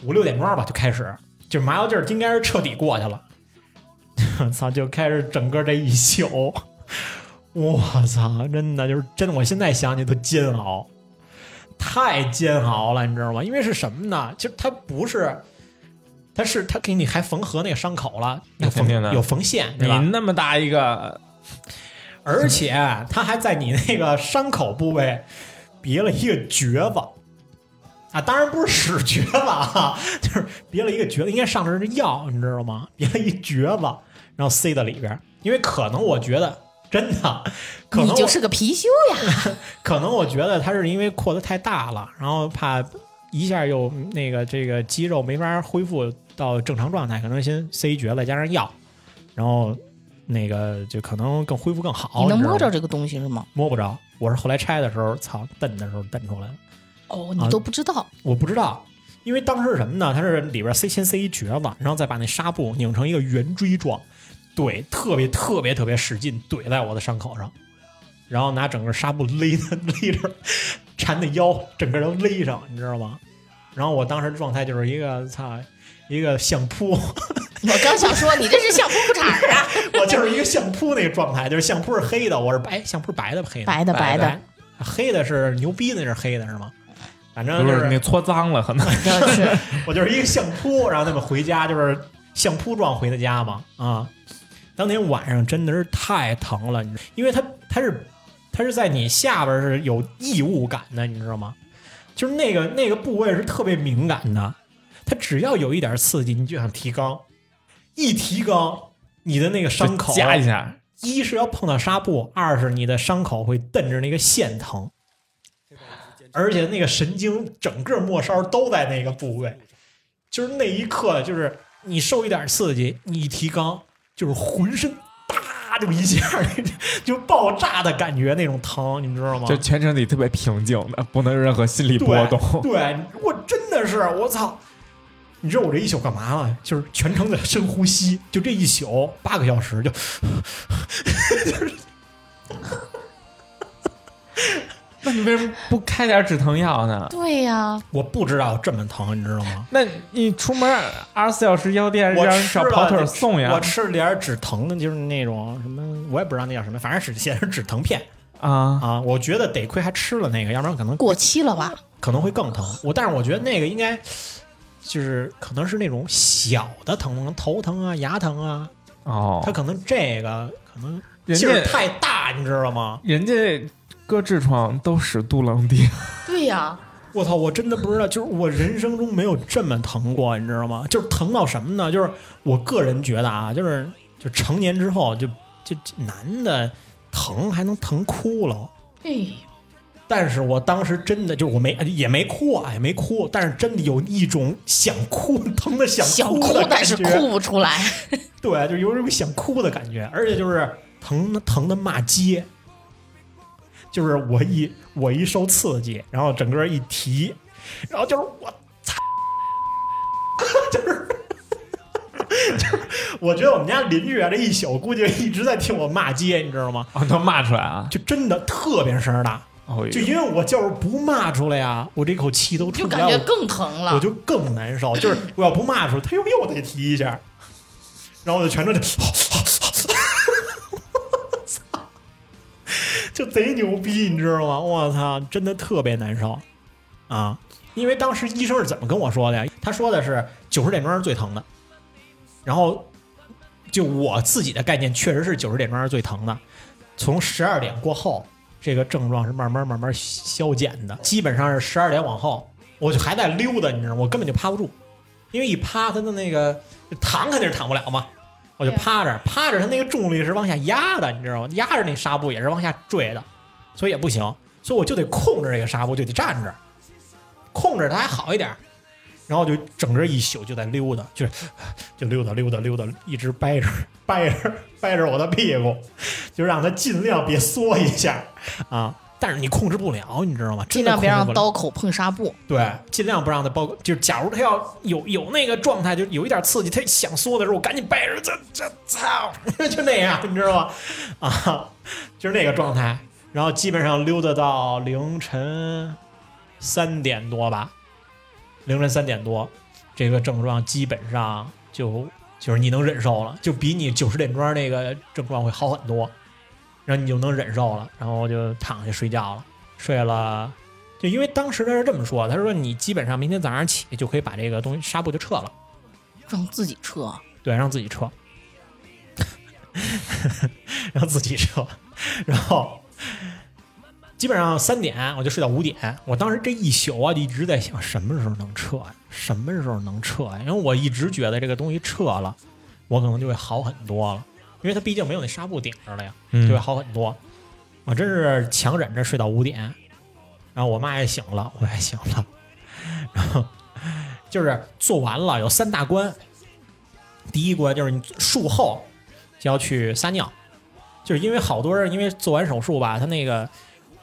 Speaker 5: 五六点钟吧，就开始，就是麻药劲儿应该是彻底过去了。 (laughs) 操，就开始整个这一宿，我操，真的就是真的，我现在想起都煎熬，太煎熬了，你知道吗？因为是什么呢？其实它不是，它是它给你还缝合那个伤口了，
Speaker 7: 那
Speaker 5: 有
Speaker 7: 肯定的
Speaker 5: 缝有缝线，
Speaker 7: 你
Speaker 5: 对吧？
Speaker 7: 那么大一个，
Speaker 5: 而且啊他还在你那个伤口部位别了一个橛子，啊，当然不是屎橛子啊， (laughs) 就是别了一个橛子，应该上的是药，你知道吗？别了一橛子，然后塞到里边儿，因为可能我觉得真的，可
Speaker 6: 你
Speaker 5: 能我
Speaker 6: 就是个貔貅呀！
Speaker 5: 可能我觉得他是因为扩得太大了，然后怕一下又那个这个肌肉没法恢复到正常状态，可能先塞一橛子，加上药，然后那个就可能更恢复更好。
Speaker 6: 你能
Speaker 5: 知道吗
Speaker 6: 摸着这个东西是吗？
Speaker 5: 摸不着。我是后来拆的时候，操，蹬的时候蹬出来了。
Speaker 6: 哦，
Speaker 5: 啊
Speaker 6: 你都不知道，
Speaker 5: 我不知道，因为当时是什么呢？它是里边塞先塞一橛子，然后再把那纱布拧成一个圆锥状，怼，特别特别特别使劲怼在我的伤口上，然后拿整个纱布勒的 (laughs) 勒着，缠的腰，整个都勒上，你知道吗？然后我当时状态就是一个操，一个相扑，
Speaker 6: 我刚想说你这是像扑克铲儿啊，
Speaker 5: (laughs) 我就是一个相扑那个状态，就是相扑是黑的，我是白，相扑是白的黑的，
Speaker 6: 白的白的，
Speaker 5: 黑的是牛逼，那是黑的是吗？反正嗯
Speaker 7: 不
Speaker 5: 就是
Speaker 7: 你搓脏了，可能
Speaker 6: 就是
Speaker 5: 我就是一个相扑，然后他们回家就是相扑状回的家嘛啊。当天晚上真的是太疼了，你知因为它它是它是在你下边是有异物感的，你知道吗？就是那个那个部位是特别敏感的，它只要有一点刺激，你就想提肛，一提肛，你的那个 (laughs) 伤口啊
Speaker 7: 夹一下，
Speaker 5: 一是要碰到纱布，二是你的伤口会瞪着那个线疼，而且那个神经整个末梢都在那个部位，就是那一刻，就是你受一点刺激，你一提肛，就是浑身啪就一下就爆炸的感觉，那种疼，你知道吗？
Speaker 7: 就全身体特别平静的，不能有任何心理
Speaker 5: 对
Speaker 7: 波动。
Speaker 5: 对我真的是我操！你知道我这一宿干嘛吗？就是全程在深呼吸，就这一宿八个小时就，
Speaker 7: 那你为什么不开点止疼药呢？
Speaker 6: (laughs) 对呀、
Speaker 5: 我不知道这么疼，你知道吗？
Speaker 7: 那你出门二十四小时药店
Speaker 5: 我
Speaker 7: 让人
Speaker 5: 吃
Speaker 7: 小
Speaker 5: 了
Speaker 7: 跑腿儿送
Speaker 5: 我
Speaker 7: 呀
Speaker 5: 吃了点儿止疼的，就是那种什么，我也不知道那叫什么，反正是写的是止疼片
Speaker 7: 啊！
Speaker 5: 啊。我觉得得亏还吃了那个，要不然可能
Speaker 6: 过期了吧？
Speaker 5: 可能会更疼。我但是我觉得那个应该就是可能是那种小的疼，可能头疼啊、牙疼啊，它
Speaker 7: 哦，
Speaker 5: 可能这个可能
Speaker 7: 人
Speaker 5: 劲儿
Speaker 7: 家
Speaker 5: 太大，你知道吗？
Speaker 7: 人家搁痔疮都使杜
Speaker 5: (laughs)
Speaker 7: 冷地，
Speaker 6: (laughs) 对呀、
Speaker 5: 我操！我真的不知道，就是我人生中没有这么疼过，你知道吗？就是疼到什么呢？就是我个人觉得啊，就是就成年之后就就就男的疼还能疼哭了。
Speaker 6: 哎，
Speaker 5: 但是我当时真的就是我没也没哭啊，也没哭，但是真的有一种想哭、疼的
Speaker 6: 想
Speaker 5: 哭
Speaker 6: 哭
Speaker 5: 的感
Speaker 6: 但是
Speaker 5: 觉，
Speaker 6: 哭不出来，
Speaker 5: 对，就是有种想哭的感觉，而且就是疼的疼的骂街，就是我一我一受刺激，然后整个一提，然后就是我操，就是就是，我觉得我们家邻居啊，这一宿估计一直在听我骂街，你知道吗？
Speaker 7: 哦，能骂出来啊！
Speaker 5: 就真的特别声儿大。
Speaker 7: 哦
Speaker 5: 就因为我就是不骂出来呀、我这口气都出
Speaker 6: 就
Speaker 5: 不
Speaker 6: 感
Speaker 5: 来，
Speaker 6: 觉
Speaker 5: 我
Speaker 6: 更疼了。
Speaker 5: 我就更难受。就是我要不骂出来，他又又得提一下，然后我就全都得，就贼牛逼，你知道吗？我操，真的特别难受啊！因为当时医生是怎么跟我说的呀？他说的是九十点钟是最疼的，然后就我自己的概念，确实是九十点钟是最疼的。从十二点过后，这个症状是慢慢慢慢消减的，基本上是十二点往后，我就还在溜达，你知道吗？我根本就趴不住，因为一趴它的那个躺肯定是躺不了嘛，我就
Speaker 6: 对
Speaker 5: 趴着，趴着它那个重力是往下压的，你知道吗？压着那纱布也是往下坠的，所以也不行，所以我就得控制这个纱布，就得站着，控制它还好一点。然后就整个一宿就在溜达，就是就溜达溜达溜达，一直掰着 (laughs) 掰着掰着我的屁股，就让他尽量别缩一下啊。但是你控制不了，你知道吗？真
Speaker 6: 尽
Speaker 5: 的
Speaker 6: 量别让
Speaker 5: 控制不了
Speaker 6: 刀口碰纱布。
Speaker 5: 对，尽量不让他包。就是假如他要有有那个状态，就有一点刺激，他想缩的时候，我赶紧掰着，这这操，就那样，你知道吗？啊，就是那个状态。然后基本上溜达到凌晨三点多吧，凌晨三点多，这个症状基本上就就是你能忍受了，就比你九十点钟那个症状会好很多，然后你就能忍受了，然后就躺下睡觉了，睡了。就因为当时他是这么说，他说你基本上明天早上起就可以把这个东西纱布就撤了，
Speaker 6: 让自己撤，
Speaker 5: 对，让自己撤， (laughs) 让自己撤，然后基本上三点我就睡到五点。我当时这一宿啊，就一直在想什么时候能撤呀，什么时候能撤呀？因为我一直觉得这个东西撤了，我可能就会好很多了，因为它毕竟没有那纱布顶着了呀，
Speaker 7: 嗯
Speaker 5: 就会好很多。我真是强忍着睡到五点，然后我妈也醒了， (laughs) 我也醒了，然后就是做完了有三大关，第一关就是你术后就要去撒尿，就是因为好多人因为做完手术吧，他那个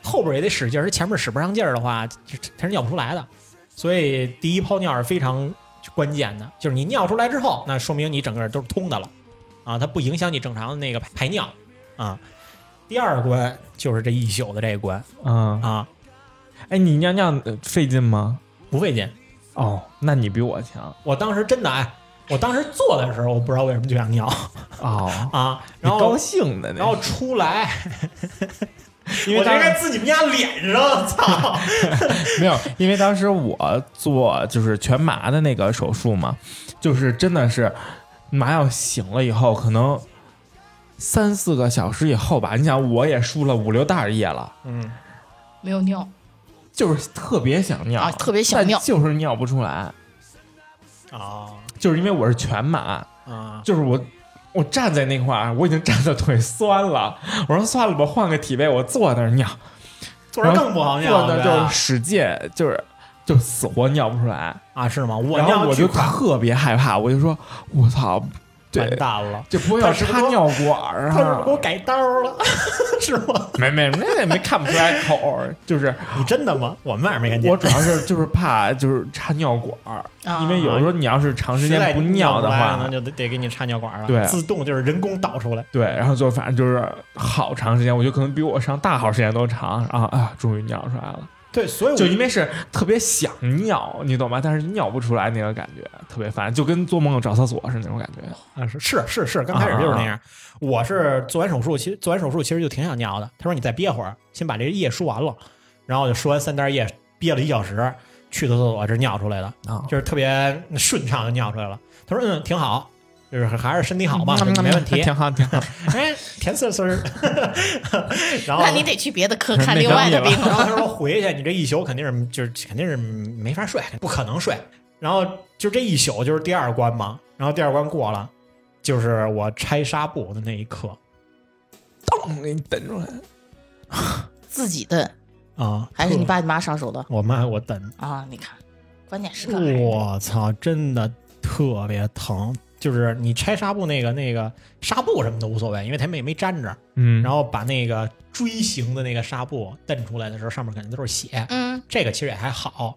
Speaker 5: 后边也得使劲儿，他前面使不上劲儿的话，就他是尿不出来的。所以第一泡尿是非常关键的，就是你尿出来之后，那说明你整个人都是通的了，啊，它不影响你正常的那个排排尿啊。第二关就是这一宿的这一关
Speaker 7: 嗯，
Speaker 5: 啊，
Speaker 7: 哎，你尿尿呃费劲吗？
Speaker 5: 不费劲。
Speaker 7: 哦，那你比我强
Speaker 5: 我当时真的哎，我当时做的时候，我不知道为什么就想尿
Speaker 7: 哦，
Speaker 5: 啊，
Speaker 7: (laughs) 你
Speaker 5: 然后
Speaker 7: 高兴的那
Speaker 5: 然后出 (laughs) 来，
Speaker 7: 因为
Speaker 5: 我就
Speaker 7: 当
Speaker 5: 应
Speaker 7: 时
Speaker 5: 该自己们家脸上，操！
Speaker 7: 没有，因为当时我做就是全麻的那个手术嘛，就是真的是麻药醒了以后，可能三四个小时以后吧。你想，我也输了五六袋液了，
Speaker 5: 嗯，
Speaker 6: 没有尿，
Speaker 7: 就是特别想尿，
Speaker 6: 啊特别想尿
Speaker 7: 但就是尿不出来，
Speaker 5: 啊
Speaker 7: 就是因为我是全麻，
Speaker 5: 啊，
Speaker 7: 就是我。我站在那块儿，我已经站的腿酸了。我说算了吧，换个体位，我坐那儿尿，
Speaker 5: 坐着更不好尿，
Speaker 7: 坐那
Speaker 5: 对
Speaker 7: 儿就
Speaker 5: 吧
Speaker 7: 使劲，就是就死活尿不出来。
Speaker 5: 啊，是吗？我
Speaker 7: 然
Speaker 5: 尿
Speaker 7: 后我
Speaker 5: 巨
Speaker 7: 就
Speaker 5: 快
Speaker 7: 特别害怕，我就说，我操，
Speaker 5: 完
Speaker 7: 对，
Speaker 5: 蛋了，
Speaker 7: 这不会要
Speaker 5: 他是不是
Speaker 7: 插
Speaker 5: 给
Speaker 7: 尿管儿
Speaker 5: 他是不是
Speaker 7: 啊
Speaker 5: 给？我改刀了？ (laughs) 是吗？
Speaker 7: 没没没没没看不出来口儿，就是
Speaker 5: 你真的吗？我们俩没看见
Speaker 7: 我。主要是就是怕就是插尿管儿，
Speaker 6: 啊、
Speaker 7: 因为有时候你要是长时间不尿的
Speaker 5: 实在
Speaker 7: 话
Speaker 5: 那，就得得给你插尿管了，
Speaker 7: 对
Speaker 5: 自动就是人工导出来。
Speaker 7: 对，然后就反正就是好长时间，我就可能比我上大号时间都长啊啊，终于尿出来了，
Speaker 5: 对，
Speaker 7: (laughs)
Speaker 5: 所以我
Speaker 7: 就因为是特别想尿，你懂吗？但是尿不出来那个感觉特别烦，就跟做梦找厕所是那种感觉。
Speaker 5: 啊是是是是，刚开始就是
Speaker 6: 啊
Speaker 5: 那样。我是做完手术，其实做完手术其实就挺想尿的。他说你再憋会儿，先把这个液输完了，然后我就输完三袋液，憋了一小时，去的厕所是尿出来的，
Speaker 7: 啊
Speaker 5: 就是特别顺畅就尿出来了。他说嗯挺好，就是还是身体好嘛，
Speaker 6: 嗯
Speaker 5: 没问题。
Speaker 7: 嗯挺好挺好。
Speaker 5: 哎，甜丝丝
Speaker 6: (laughs)
Speaker 5: 儿。 (laughs) 然后
Speaker 6: (laughs) 那你得去别的科
Speaker 5: (laughs)
Speaker 6: 看
Speaker 7: 那
Speaker 6: 另外的
Speaker 7: 张
Speaker 6: 病
Speaker 7: 也
Speaker 5: 然后
Speaker 6: 了。
Speaker 5: 他说回去，你这一宿肯定是就是肯定是没法睡，不可能睡。然后就这一宿就是第二关嘛，然后第二关过了，就是我拆纱布的那一刻
Speaker 7: 咚给你蹬出来。
Speaker 6: 自己的
Speaker 5: 啊，
Speaker 6: 还是你
Speaker 5: 特
Speaker 6: 爸你妈上手的
Speaker 5: 我妈给我蹬
Speaker 6: 啊？你看，关键时刻还是
Speaker 5: 我操，真的特别疼。就是你拆纱布那个那个纱布什么的无所谓，因为他们也没粘着。
Speaker 7: 嗯
Speaker 5: 然后把那个锥形的那个纱布蹬出来的时候，上面肯定都是血。
Speaker 6: 嗯，
Speaker 5: 这个其实也还好，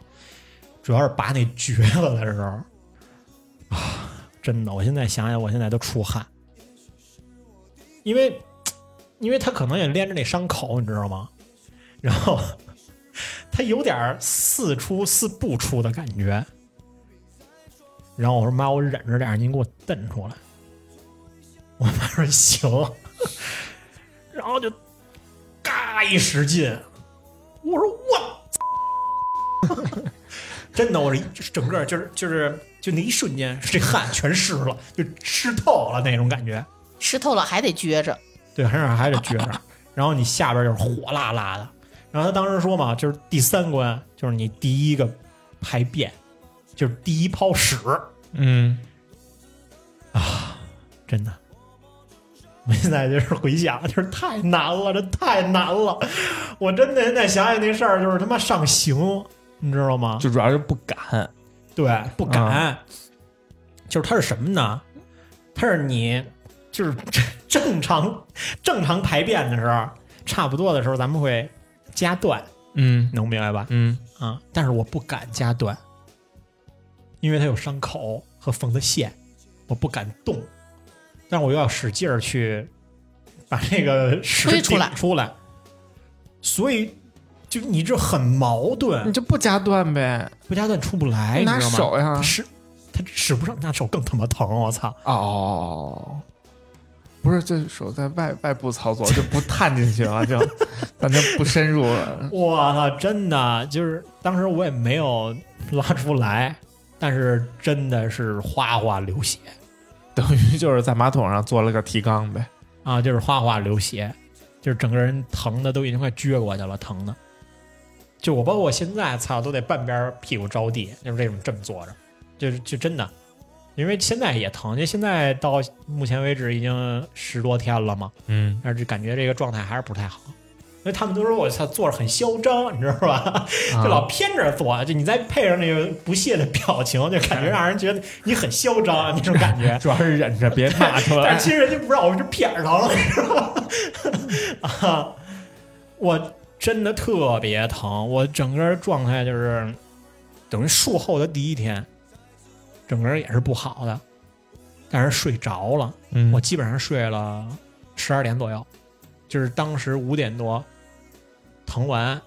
Speaker 5: 主要是拔那橛子的时候，啊，真的，我现在想想，我现在都出汗，因为，因为他可能也连着那伤口，你知道吗？然后 (laughs) 他有点儿似出似不出的感觉。然后我说：“妈，我忍着点儿，您给我蹬出来。” (laughs) 我妈说：“行。” (laughs) 然后就嘎一使劲，我说：“我真的，我这整个就是就是就那一瞬间，这汗全湿了，就湿透了那种感觉。
Speaker 6: 湿透了还得撅着，
Speaker 5: 对，还是还得撅着，然后你下边就是火辣辣的。然后他当时说嘛，就是第三关，就是你第一个排便，就是第一泡屎，
Speaker 7: 嗯，
Speaker 5: 真的。 (laughs) 我现在就是回想，就是太难了，这太难了。我真的现在想想那事儿，就是他妈上刑，你知道吗？
Speaker 7: 就主要是不敢。
Speaker 5: 对，不敢。就是它是什么呢？它是你就是 (laughs) 正常正常排便的时候，差不多的时候咱们会加段，
Speaker 7: 嗯
Speaker 5: 能明白吧？
Speaker 7: 嗯，
Speaker 5: 啊、但是我不敢加段，因为它有伤口和缝的线，我不敢动，但是我又要使劲儿去把这个屎
Speaker 6: 推出
Speaker 5: 顶
Speaker 6: 来
Speaker 5: 出来，所以就你这很矛
Speaker 8: 你
Speaker 7: 嗯
Speaker 5: 盾，
Speaker 8: 就不加段呗，
Speaker 5: 不加段出不来，哎你知道
Speaker 8: 拿
Speaker 5: 吗？
Speaker 8: 手呀
Speaker 5: 他。使他使不上，那手更他妈疼！我操！
Speaker 8: 哦，不是，这手在外外部操
Speaker 7: (laughs)
Speaker 8: 作，就不探进去了，就咱就不深入了。
Speaker 5: 我操！真的就是当时我也没有拉出来，但是真的是哗哗流血
Speaker 8: 等于就是在马桶上做了个提纲呗。
Speaker 5: 啊，就是哗哗流血，就是整个人疼的都已经快撅过去了，疼的。就我包括我现在操都得半边屁股着地，就是这种这么坐着，就是就真的，因为现在也疼，因为现在到目前为止已经十多天了嘛，
Speaker 7: 嗯，。
Speaker 5: 但是感觉这个状态还是不太好。因为他们都说我操坐着很嚣张，你知道吧？ (laughs) 就老偏着坐，就你再配上那个不屑的表情，就感觉让人觉得你很嚣张啊那种感 (laughs) 觉
Speaker 7: 主要是忍着别骂出
Speaker 5: 但
Speaker 7: 来
Speaker 5: 是。其实人家不让我们这撇儿疼，你知道吗？ (laughs) 啊，我真的特别疼，我整个状态就是等于术后的第一天，整个人也是不好的，但是睡着了。
Speaker 7: 嗯
Speaker 5: 我基本上睡了十二点左右，就是当时五点多疼完，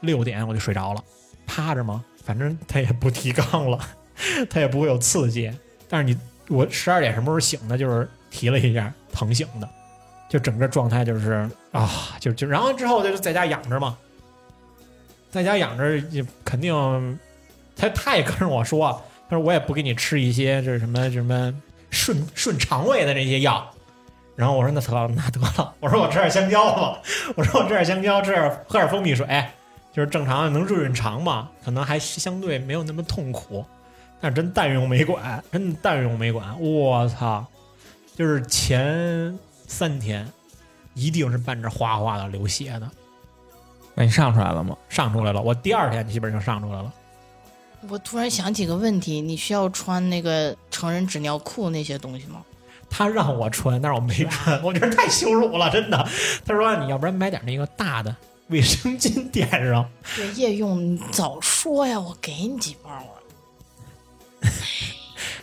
Speaker 5: 六点我就睡着了，趴着嘛，反正它也不提纲了， (laughs) 它也不会有刺激。但是你我十二点什么时候醒的？就是提了一下，疼醒的，就整个状态就是啊，就就然后之后就是在家养着嘛，在家养着也肯定，他他也跟我说，啊他说我也不给你吃一些这什么什么顺顺肠胃的这些药。然后我说那得了，那得了，我说我吃点香蕉吧，我说我吃点香蕉，吃点喝点蜂蜜水，就是正常的能润润肠嘛，可能还相对没有那么痛苦。但是真但用没管，真但用没管，我操！就是前三天一定是伴着哗哗的流血的，
Speaker 7: 那你上出来了吗？
Speaker 5: 上出来了。我第二天基本上上出来了。
Speaker 6: 我突然想起个问题，你需要穿那个成人纸尿裤那些东西吗？
Speaker 5: 他让我穿，但是我没穿，我觉得太羞辱了，真的。他说你要不然买点那个大的卫生巾垫上，
Speaker 6: 对，夜用，你早说呀，我给你几包啊。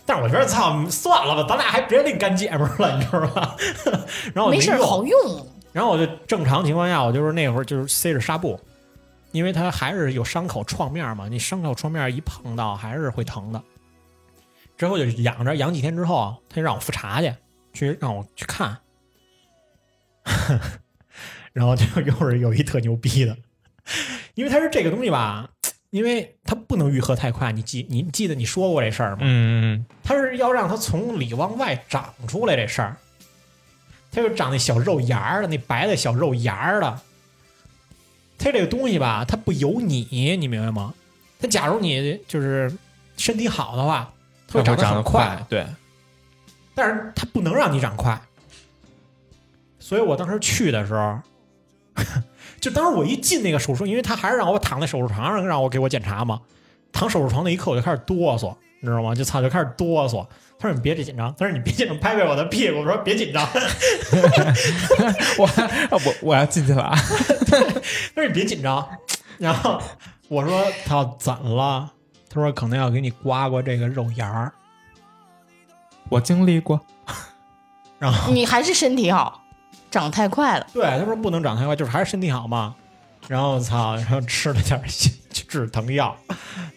Speaker 5: 但是我觉得操，算了吧，咱俩还别那干姐们儿了，你知道吧？然后我
Speaker 6: 没事儿，
Speaker 5: 用
Speaker 6: 好用。
Speaker 5: 然后我就正常情况下，我就是那会儿就是塞着纱布，因为它还是有伤口创面嘛，你伤口创面一碰到还是会疼的。之后就养着，养几天之后啊，他就让我复查去，去让我去看， (laughs) 然后就又是有一特牛逼的，因为它是这个东西吧，因为它不能愈合太快，你记你记得你说过这事儿吗？
Speaker 7: 嗯嗯
Speaker 5: 他是要让它从里往外长出来这事儿，它就长那小肉芽儿的，那白的小肉芽儿的。它这个东西吧，它不由你，你明白吗？它假如你就是身体好的话，它
Speaker 7: 嗯，
Speaker 5: 会长
Speaker 7: 它会
Speaker 5: 得
Speaker 7: 长
Speaker 5: 很
Speaker 7: 得快，对，
Speaker 5: 但是它不能让你长快。所以我当时去的时候， (laughs) 就当时我一进那个手术，因为他还是让我躺在手术床上，让我给我检查嘛。躺手术床那一刻，我就开始哆嗦，你知道吗？就操，就开始哆嗦。他说：“你别紧张。”他说：“ (laughs) 你别紧张，拍拍我的屁股。”我说：“别紧张。”
Speaker 7: (laughs) 我啊我我要进去了啊！
Speaker 5: 他说你别紧张。然后我说他要怎么了？他说可能要给你刮刮这个肉芽儿。
Speaker 7: 我经历过，
Speaker 5: 然后
Speaker 6: 你还是身体好，长太快了。
Speaker 5: 对他说不能长太快，就是还是身体好嘛。然后操，然后吃了点儿止疼药，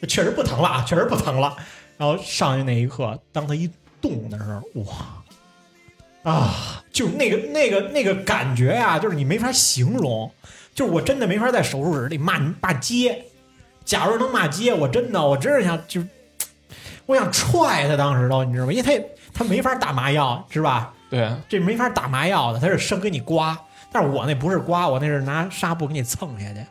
Speaker 5: 确实不疼了啊，确实不疼了。然后上去那一刻，当他一动的时候，哇啊，就是那个那个那个感觉呀、就是你没法形容。就是我真的没法在手术室里骂你骂街。假如能骂街，我真的我真是想就是，我想踹他当时都，你知道吗？因为他也他没法打麻药，是吧？
Speaker 7: 对，
Speaker 5: 这没法打麻药的，他是生给你刮。但是我那不是刮，我那是拿纱布给你蹭下去。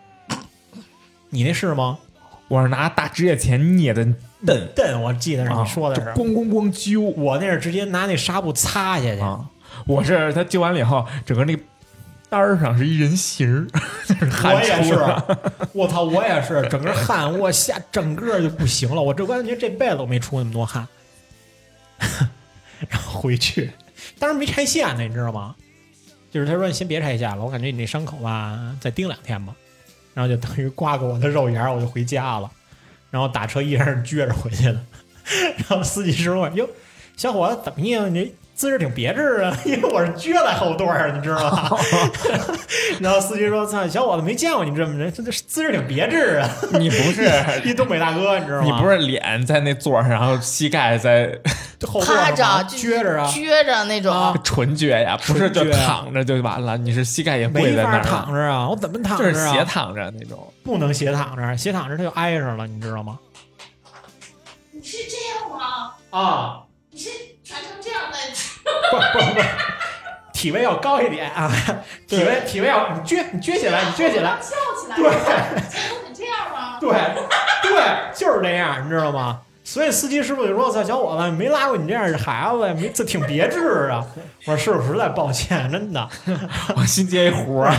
Speaker 5: 你那是吗？
Speaker 7: 我是拿大指甲钳捏的蹬，
Speaker 5: 瞪，我记得是
Speaker 7: 啊
Speaker 5: 你说的。
Speaker 7: 就是咣咣咣揪
Speaker 5: 我那是直接拿那纱布擦下去，
Speaker 7: 啊！我是他揪完了以后，整个那个单儿上是一人形儿，就是汗
Speaker 5: 我也
Speaker 7: 出
Speaker 5: 是
Speaker 7: 来。，
Speaker 5: 我操，我也是，整个汗，我下整个就不行了，我这感觉这辈子我没出那么多汗。 (laughs) 然后回去，当时没拆线呢，你知道吗？就是他说你先别拆线了，我感觉你那伤口吧，再盯两天吧。然后就等于刮个我的肉芽儿，我就回家了。然后打车依然是撅着回去的。 (laughs) 然后司机师傅问：“哟，小伙子怎么样？你姿势挺别致啊， (laughs) 因为我是撅在后座啊上，你知道吗？”然后司机说：“操，小伙子没见过你这么人，这这姿势挺别致啊，
Speaker 7: 你不 (laughs) 是
Speaker 5: 一东北大哥，你知道吗？
Speaker 7: 你不是脸在那座上，然后膝盖在
Speaker 5: 后座
Speaker 6: 趴
Speaker 5: 上
Speaker 6: 着
Speaker 5: 吗
Speaker 6: 就
Speaker 5: 撅着啊，
Speaker 6: 撅着那种，
Speaker 5: 啊
Speaker 7: 纯撅呀，不是
Speaker 5: 纯撅啊
Speaker 7: 就躺着就完了，你是膝盖也跪
Speaker 5: 没
Speaker 7: 在那
Speaker 5: 法
Speaker 7: 儿，
Speaker 5: 躺着啊，我怎么躺
Speaker 7: 就
Speaker 5: 着啊？
Speaker 7: 是斜躺着那种。
Speaker 5: 不能斜躺着，斜躺着他就挨上了，你知道吗？
Speaker 9: 你是这样吗？
Speaker 5: 啊，
Speaker 9: 你是传成这
Speaker 5: (laughs)
Speaker 9: 样的？
Speaker 5: 不不不，体位要高一点啊，体位体位要你撅你撅起来，你撅起来， (laughs)
Speaker 9: 笑起来？
Speaker 5: 对
Speaker 9: 怎么这样吗？
Speaker 5: 对对，就是这样，你知道吗？所以司机师傅就说：“操，小伙子，没拉过你这样的孩子，没这挺别致啊！”我说：“师傅，实在抱歉，真的，
Speaker 7: 我新接一活
Speaker 5: (laughs)
Speaker 7: 儿，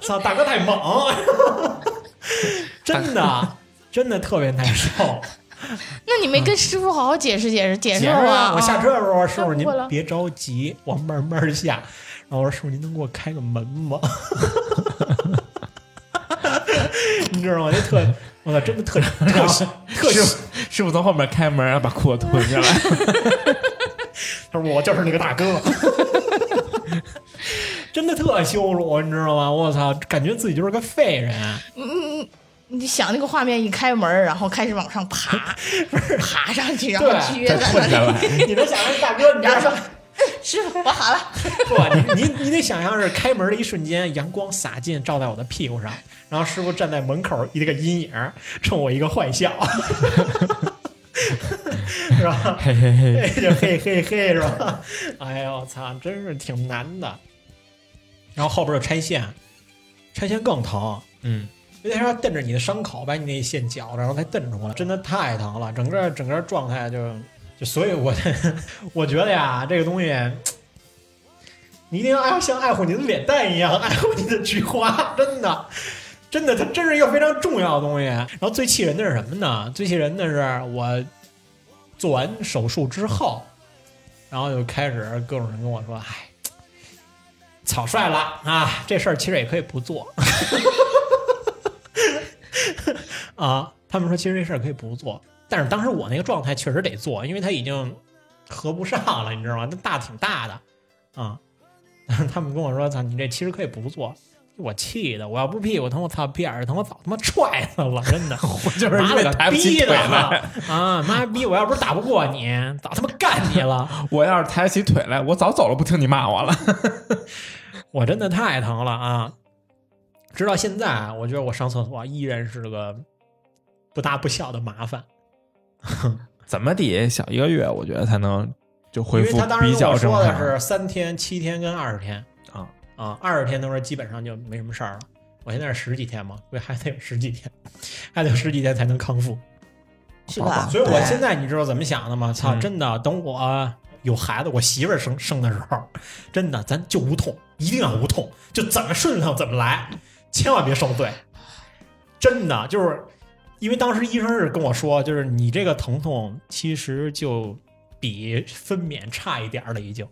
Speaker 5: 操，大哥太 (laughs) 猛，真的啊真的特别难受。”
Speaker 6: 那你没跟师傅好好解释解释解释
Speaker 5: 解释
Speaker 6: 吗？
Speaker 5: 啊我下车的时候，师傅您
Speaker 6: 啊过了
Speaker 5: 别着急，我慢慢下。然后我说师傅您能给我开个门吗？ (laughs) 你知道吗？那特，我操，真的 (laughs) 特特特
Speaker 7: 师傅师傅从后面开门，然后把裤子吞下来。
Speaker 5: 他说我就是那个大哥， (laughs) 真的特羞辱，你知道吗？我操，感觉自己就是个废人。
Speaker 6: 你想那个画面一开门，然后开始往上
Speaker 5: (laughs)
Speaker 6: 爬，爬上去，然后
Speaker 5: 对
Speaker 6: 撅
Speaker 7: (laughs)
Speaker 6: 在那里，
Speaker 5: 你能想象大哥，你知道
Speaker 6: 然后
Speaker 5: 吗？
Speaker 6: 说：“师傅，我好了。
Speaker 5: (laughs) 不，你你你得想象是开门的一瞬间，阳光洒进，照在我的屁股上，然后师傅站在门口一个阴影，冲我一个坏笑， (laughs) 是吧？
Speaker 7: 嘿嘿嘿，
Speaker 5: 嘿就嘿嘿嘿，是吧？哎呦，操，真是挺难的。然后后边就拆线，拆线更疼，
Speaker 7: 嗯，
Speaker 5: 因为他要瞪着你的伤口，把你那线绞着，然后再瞪出来，真的太疼了，整个整个状态就就，所以我 (laughs) 我觉得呀，这个东西。你一定要爱像爱护你的脸蛋一样爱护你的菊花， (laughs) 真的，真的，它真是一个非常重要的东西。然后最气人的是什么呢？最气人的是我做完手术之后，然后就开始各种人跟我说：“哎，草率了啊，这事儿其实也可以不做。”啊，他们说其实这事儿可以不做，但是当时我那个状态确实得做，因为它已经合不上了，你知道吗？那大挺大的啊。但是他们跟我说：“操，你这其实可以不做。”我气的，我要不屁股疼，我操，屁眼儿疼，我早他妈踹他了，真的。
Speaker 7: 我就是
Speaker 5: 妈
Speaker 7: 因
Speaker 5: 了
Speaker 7: 为
Speaker 5: 个
Speaker 7: 抬不起
Speaker 5: 逼
Speaker 7: 腿
Speaker 5: 的
Speaker 7: 来，
Speaker 5: 啊！妈逼，我要不是打不过你，早他妈干你了！
Speaker 7: (laughs) 我要是抬得起腿来，我早走了，不听你骂我了。 (laughs)
Speaker 5: 我真的太疼了啊！直到现在，啊我觉得我上厕所依然是个不大不小的麻烦，
Speaker 7: 怎么得小一个月，我觉得才能就
Speaker 5: 因
Speaker 7: 恢
Speaker 5: 为
Speaker 7: 复
Speaker 5: 他当时
Speaker 7: 比
Speaker 5: 跟
Speaker 7: 较
Speaker 5: 我
Speaker 7: 正
Speaker 5: 说的
Speaker 7: 常。
Speaker 5: 是三天、七天跟二十天
Speaker 7: 啊
Speaker 5: 啊，二十天他说基本上就没什么事儿了。我现在是十几天嘛，所以还得有十几天，还得有十几天才能康复。
Speaker 6: 是吧？
Speaker 5: 啊所以我
Speaker 6: 对
Speaker 5: 现在你知道怎么想的吗？操，
Speaker 7: 嗯
Speaker 5: 真的，等我有孩子，我媳妇儿生生的时候，真的咱就无痛，一定要无痛，就怎么顺畅怎么来，千万别受罪。真的就是，因为当时医生是跟我说，就是你这个疼痛其实就比分娩差一点儿了，已经。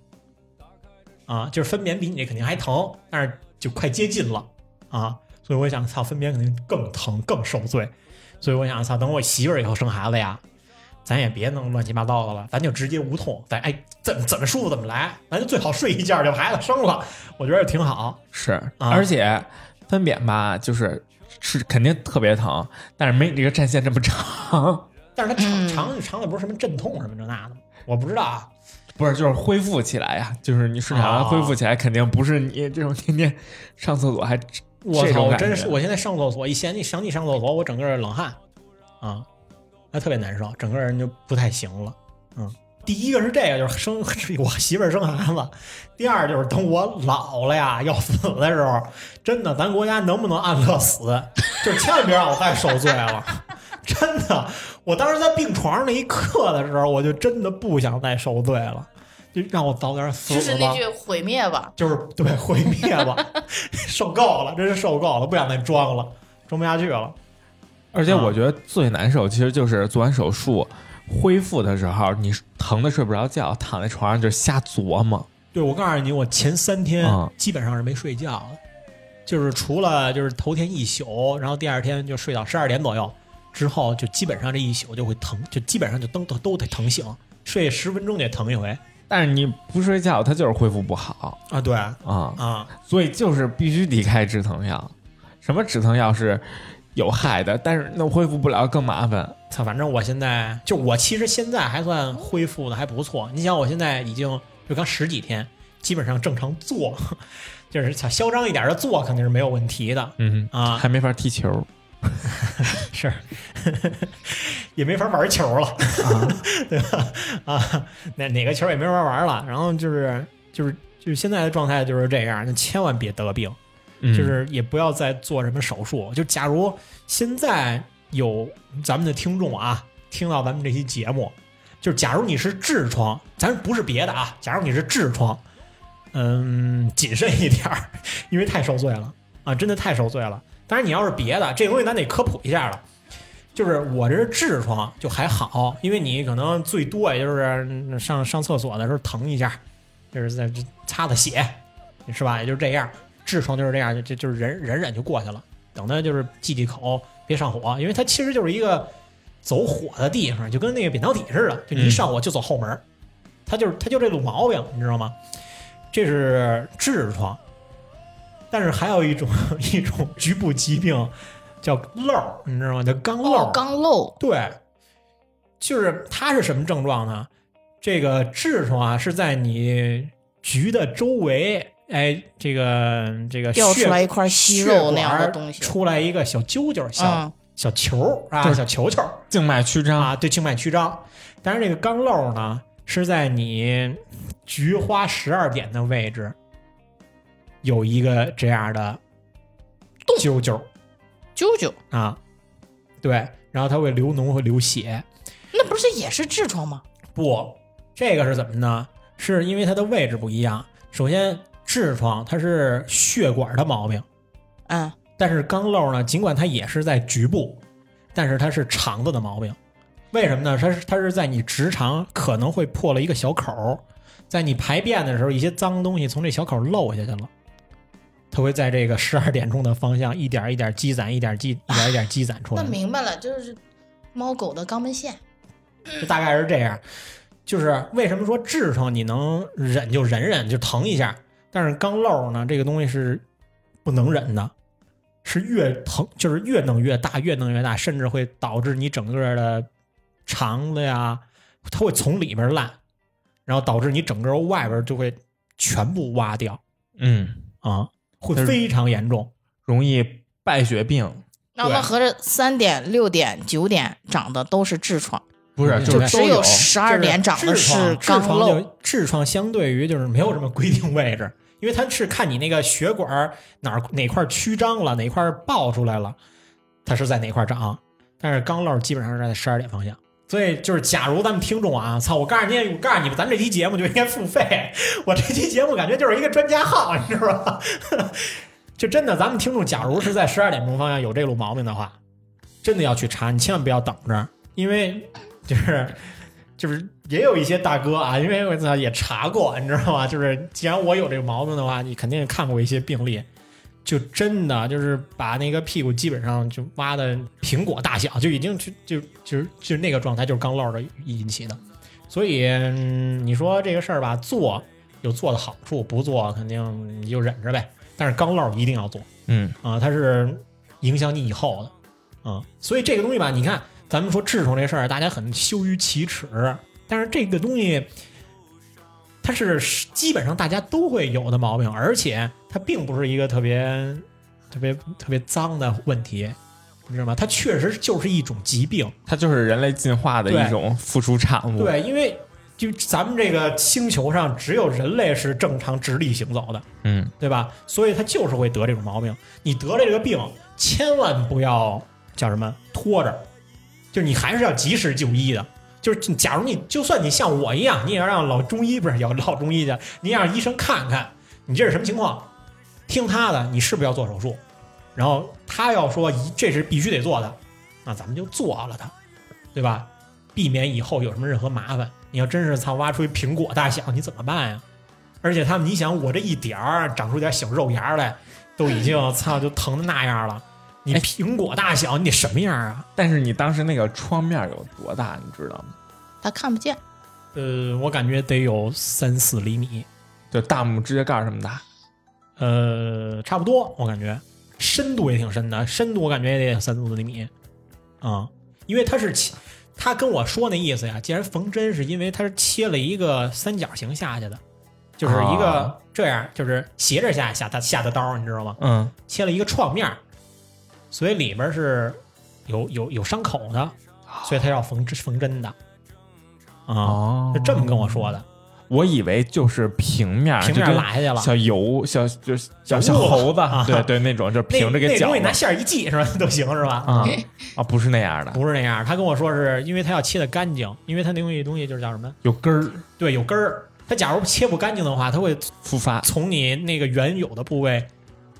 Speaker 5: 啊，就是分娩比你这肯定还疼，但是就快接近了啊。所以我想，操，分娩肯定更疼，更受罪。所以我想，操，等我媳妇儿以后生孩子呀，咱也别弄乱七八糟的了，咱就直接无痛，咱哎怎怎么舒服怎么来，咱就最好睡一觉就把孩子生了，我觉得挺好。
Speaker 7: 是，
Speaker 5: 啊
Speaker 7: 而且分娩吧，就是是肯定特别疼，但是没你这个战线这么长，
Speaker 5: 但是它肠
Speaker 6: 嗯
Speaker 5: 肠肠里不是什么阵痛什么这那的吗，我不知道啊。
Speaker 7: 不是就是恢复起来呀、就是你顺产完
Speaker 5: 哦
Speaker 7: 恢复起来，肯定不是你这种天天上厕所还
Speaker 5: 我
Speaker 7: 这
Speaker 5: 操！
Speaker 7: 种
Speaker 5: 我
Speaker 7: 感
Speaker 5: 真
Speaker 7: 觉
Speaker 5: 是，我现在上厕所，一想起想起上厕所，我整个人冷汗，啊，那特别难受，整个人就不太行了。嗯，第一个是这个，就是生 (laughs) 我媳妇儿生孩子；第二就是等我老了呀，要死的时候，真的，咱国家能不能安乐死？就是千万别让我再受罪了。 (laughs) 真的，我当时在病床上那一刻的时候，我就真的不想再受罪了，就让我早点死了
Speaker 6: 就
Speaker 5: 吧。
Speaker 6: 是那句毁灭吧，
Speaker 5: 就是对毁灭吧， (laughs) 受够了，真是受够了，不想再装了，装不下去了。
Speaker 7: 而且我觉得最难受，其实就是做完手术恢复的时候，你疼的睡不着觉，躺在床上就瞎琢磨。
Speaker 5: 对，我告诉你，我前三天
Speaker 7: 嗯
Speaker 5: 基本上是没睡觉的，就是除了就是头天一宿，然后第二天就睡到十二点左右，之后就基本上这一宿就会疼，就基本上就都都都得疼醒，睡十分钟得疼一回
Speaker 7: 但是你不睡觉，它就是恢复不好
Speaker 5: 啊。对啊，
Speaker 7: 啊、所以就是必须得开止疼药。什么止疼药是有害的，但是那恢复不了更麻烦。
Speaker 5: 操，反正我现在就我其实现在还算恢复的还不错。你想，我现在已经就刚十几天，基本上正常做， (laughs) 就是操嚣张一点的做肯定是没有问题的
Speaker 7: 嗯 (laughs)
Speaker 5: 啊，
Speaker 7: 还没法踢球，
Speaker 5: 是， (laughs) 也没法玩球了， (laughs) 对吧？啊，哪哪个球也没法玩了。然后就是就是就是现在的状态就是这样，就千万别得病。
Speaker 7: 嗯
Speaker 5: 就是也不要再做什么手术。就假如现在有咱们的听众啊，听到咱们这期节目，就是假如你是痔疮，咱不是别的啊，假如你是痔疮，嗯，谨慎一点儿，因为太受罪了啊，真的太受罪了。当然，你要是别的，这个东西咱得科普一下了。就是我这是痔疮就还好，因为你可能最多也就是上上厕所的时候疼一下，就是在这擦擦血，是吧？也就这样。痔疮就是这样，就就就是忍忍忍就过去了。等它就是忌忌口，别上火，因为它其实就是一个走火的地方，就跟那个扁桃体似的，就你一上火就走后门儿，它就是它就这种毛病，你知道吗？这是痔疮，但是还有一种 (laughs) 一种局部疾病叫漏儿，你知道吗？叫肛漏儿。
Speaker 6: 哦，刚漏，
Speaker 5: 对，就是它是什么症状呢？这个痔疮啊，是在你局的周围，哎，这个这个
Speaker 6: 掉
Speaker 5: 血
Speaker 6: 出来一块息肉那样
Speaker 5: 血
Speaker 6: 的
Speaker 5: 管
Speaker 6: 东西
Speaker 5: 出来一个小揪揪，小、
Speaker 6: 嗯，
Speaker 5: 小球儿啊，
Speaker 7: 就是
Speaker 5: 小球球儿
Speaker 7: 静脉曲张，
Speaker 5: 啊，对，静脉曲张。但是这个肛瘘呢，是在你菊花十二点的位置有一个这样的揪揪
Speaker 6: 啾啾，
Speaker 5: 啊，对，然后它会流脓，会流血。
Speaker 6: 那不是也是痔疮吗？
Speaker 5: 不，这个是怎么呢？是因为它的位置不一样。首先，痔疮它是血管的毛病，
Speaker 6: 嗯，
Speaker 5: 但是肛瘘呢，尽管它也是在局部，但是它是肠子的毛病。为什么呢？它是它是在你直肠可能会破了一个小口儿，在你排便的时候，一些脏东西从这小口儿漏下去了，它会在这个十二点钟的方向一点儿一点儿积攒，一点儿积一点儿一点儿积攒出来。
Speaker 6: 那明白了，就是猫狗的肛门腺，
Speaker 5: 就大概是这样。就是为什么说痔疮你能忍就忍忍就疼一下，但是肛瘘呢这个东西是不能忍的，是越疼就是越弄越大，越弄越大，甚至会导致你整个的肠子呀，它会从里边烂，然后导致你整个外边就会全部挖掉
Speaker 7: 嗯，
Speaker 5: 啊，会
Speaker 7: 就是
Speaker 5: 非常严重。
Speaker 7: 容易败血病，
Speaker 6: 那
Speaker 5: 对
Speaker 6: 那合着三点、六点、九点长的都是痔疮，
Speaker 7: 不是
Speaker 5: 嗯
Speaker 7: 就是
Speaker 6: 只
Speaker 7: 都
Speaker 6: 有十二点长的
Speaker 5: 是
Speaker 6: 是肛瘘，
Speaker 5: 痔疮相对于就是没有什么规定位置，因为它是看你那个血管儿哪儿哪块儿曲张了，哪块儿爆出来了，它是在哪块儿长。但是肛瘘基本上是在十二点方向，所以就是，假如咱们听众啊，操！我告诉你，我告诉你们，咱这期节目就应该付费。 (laughs) 我这期节目感觉就是一个专家号，你知道吧？ (laughs) 就真的，咱们听众假如是在十二点钟方向有这路毛病的话，真的要去查，你千万不要等着，因为就是就是也有一些大哥啊，因为我操也查过，你知道吗？就是既然我有这个毛病的话，你肯定也看过一些病例，就真的就是把那个屁股基本上就挖的苹果大小，就已经就就就是就那个状态，就是刚落的引起的。所以、嗯你说这个事儿吧，做有做的好处，不做肯定你就忍着呗。但是刚落一定要做
Speaker 7: 嗯，
Speaker 5: 啊，它是影响你以后的。啊、所以这个东西吧，你看，咱们说痔疮这事儿，大家很羞于启齿，但是这个东西，它是基本上大家都会有的毛病，而且它并不是一个特别、特别、特别脏的问题，你知道吗？它确实就是一种疾病，
Speaker 7: 它就是人类进化的一种附属产物。
Speaker 5: 对，因为就咱们这个星球上只有人类是正常直立行走的，
Speaker 7: 嗯，
Speaker 5: 对吧？所以他就是会得这种毛病。你得了这个病，千万不要叫什么拖着，就是你还是要及时就医的。就是假如你就算你像我一样，你也要让老中医不是有老中医去，你也让医生看看你这是什么情况，听他的，你是不是要做手术？然后他要说一这是必须得做的，那咱们就做了它，对吧？避免以后有什么任何麻烦。你要真是操挖出一苹果大小，你怎么办呀？而且他们，你想我这一点儿长出点小肉芽儿来，都已 (laughs) 经操就疼的那样了。你
Speaker 7: 哎
Speaker 5: 苹果大小，你得什么样啊？
Speaker 7: 但是你当时那个窗面有多大，你知道吗？
Speaker 6: 他看不见，
Speaker 5: 呃，我感觉得有三四厘米，
Speaker 7: 就大拇指甲盖儿这么大。
Speaker 5: 呃，差不多，我感觉深度也挺深的，深度我感觉也得有三四厘米，啊、因为它是切，他跟我说那意思呀，既然缝针是因为它是切了一个三角形下去的，就是一
Speaker 7: 啊
Speaker 5: 个这样，就是斜着下下的下的刀，你知道吗？
Speaker 7: 嗯，
Speaker 5: 切了一个创面儿，所以里边是有有有伤口
Speaker 7: 哦
Speaker 5: 的，所以他要缝针缝针的，啊、
Speaker 7: 哦
Speaker 5: 是这么跟我说的，
Speaker 7: 我以为就是平面儿，
Speaker 5: 平
Speaker 7: 就
Speaker 5: 面
Speaker 7: 跟
Speaker 5: 拉下去了。
Speaker 7: 小油小就是小
Speaker 5: 小
Speaker 7: 小
Speaker 5: 瓮
Speaker 7: 猴子，
Speaker 5: 啊
Speaker 7: 对对，那种就是
Speaker 5: 那
Speaker 7: 平着给
Speaker 5: 那
Speaker 7: 绞
Speaker 5: 东西拿嗯
Speaker 7: 嘛
Speaker 5: 线儿一系是吧？ (laughs) 都行是吧？
Speaker 7: 啊啊，不是那样的，
Speaker 5: 不是那样，他跟我说是因为他要切的干净，因为他那东西东西就是叫什么？
Speaker 7: 有根儿
Speaker 5: 对，有根儿。他假如切不干净的话，他会
Speaker 7: 复发。
Speaker 5: 从你那个原有的部位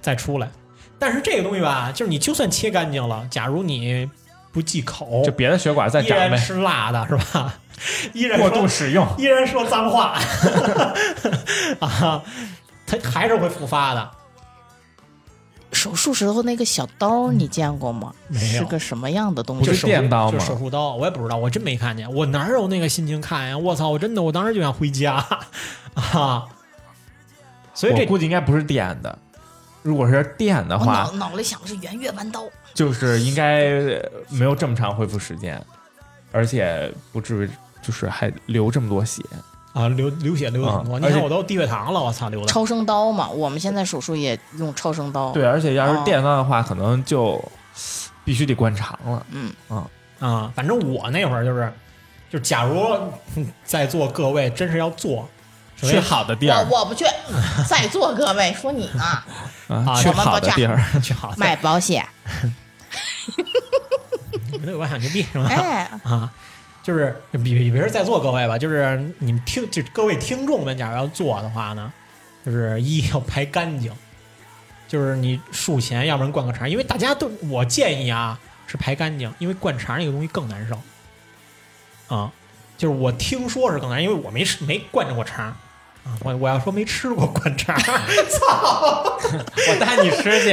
Speaker 5: 再出来。但是这个东西吧，就是你就算切干净了，假如你不忌口
Speaker 7: 就，别的血管再
Speaker 5: 依
Speaker 7: 长
Speaker 5: 然
Speaker 7: 呗，
Speaker 5: 吃辣的是吧？依然
Speaker 7: 过
Speaker 5: 说
Speaker 7: 度使用。
Speaker 5: 依然说脏话啊，他还是会复发的。
Speaker 6: 手术时候那个小刀你见过吗？
Speaker 5: 没有
Speaker 6: 是个什么样的东
Speaker 7: 不
Speaker 6: 西
Speaker 7: 是？电刀
Speaker 5: 就
Speaker 7: 吗
Speaker 5: 是？手术刀，我也不知道，我真没看见，我哪有那个心情看呀？我操，我真的，我当时就想回家啊！所以
Speaker 7: 我
Speaker 5: 这
Speaker 7: 估计应该不是电的。如果是电的
Speaker 6: 我
Speaker 7: 话
Speaker 5: 哦
Speaker 6: 脑，脑里想的是圆月弯刀，
Speaker 7: 就是应该没有这么长恢复时间，而且不至于就是还流这么多血。
Speaker 5: 啊流流血流的很多，
Speaker 7: 嗯
Speaker 5: 你
Speaker 7: 而
Speaker 5: 看
Speaker 7: 且
Speaker 5: 我都低血糖了，我操流的。
Speaker 6: 超声刀嘛。我们现在手术也用超声
Speaker 5: 哦
Speaker 6: 刀。
Speaker 7: 对，而且要是电刀的话，可能就必须得灌肠了。
Speaker 6: 嗯，
Speaker 5: 啊，反正我那会儿就是，就假如 (laughs) 哼在座各位真是要做，首
Speaker 7: 去
Speaker 5: 先
Speaker 7: 好的地儿
Speaker 6: 我我不去，在座各位说你呢， (laughs)
Speaker 7: 啊，
Speaker 5: 啊
Speaker 7: 去
Speaker 6: 我们
Speaker 7: 好的
Speaker 6: 不去
Speaker 7: 地儿。
Speaker 5: 去好
Speaker 6: 买保险，
Speaker 5: 你们都有妄想牛逼
Speaker 7: (laughs)
Speaker 5: 是吗？
Speaker 6: 哎，
Speaker 5: 啊，就是比比如在座各位吧，就是你们听，就是各位听众们，假如要做的话呢，就是一要排干净，就是你术前要不然灌个肠，因为大家都我建议啊是排干净，因为灌肠那个东西更难受啊，就是我听说是更难，因为我没吃没灌着过肠。啊，我我要说没吃过灌
Speaker 7: (laughs)
Speaker 5: 肠，操！
Speaker 7: 我带你吃去。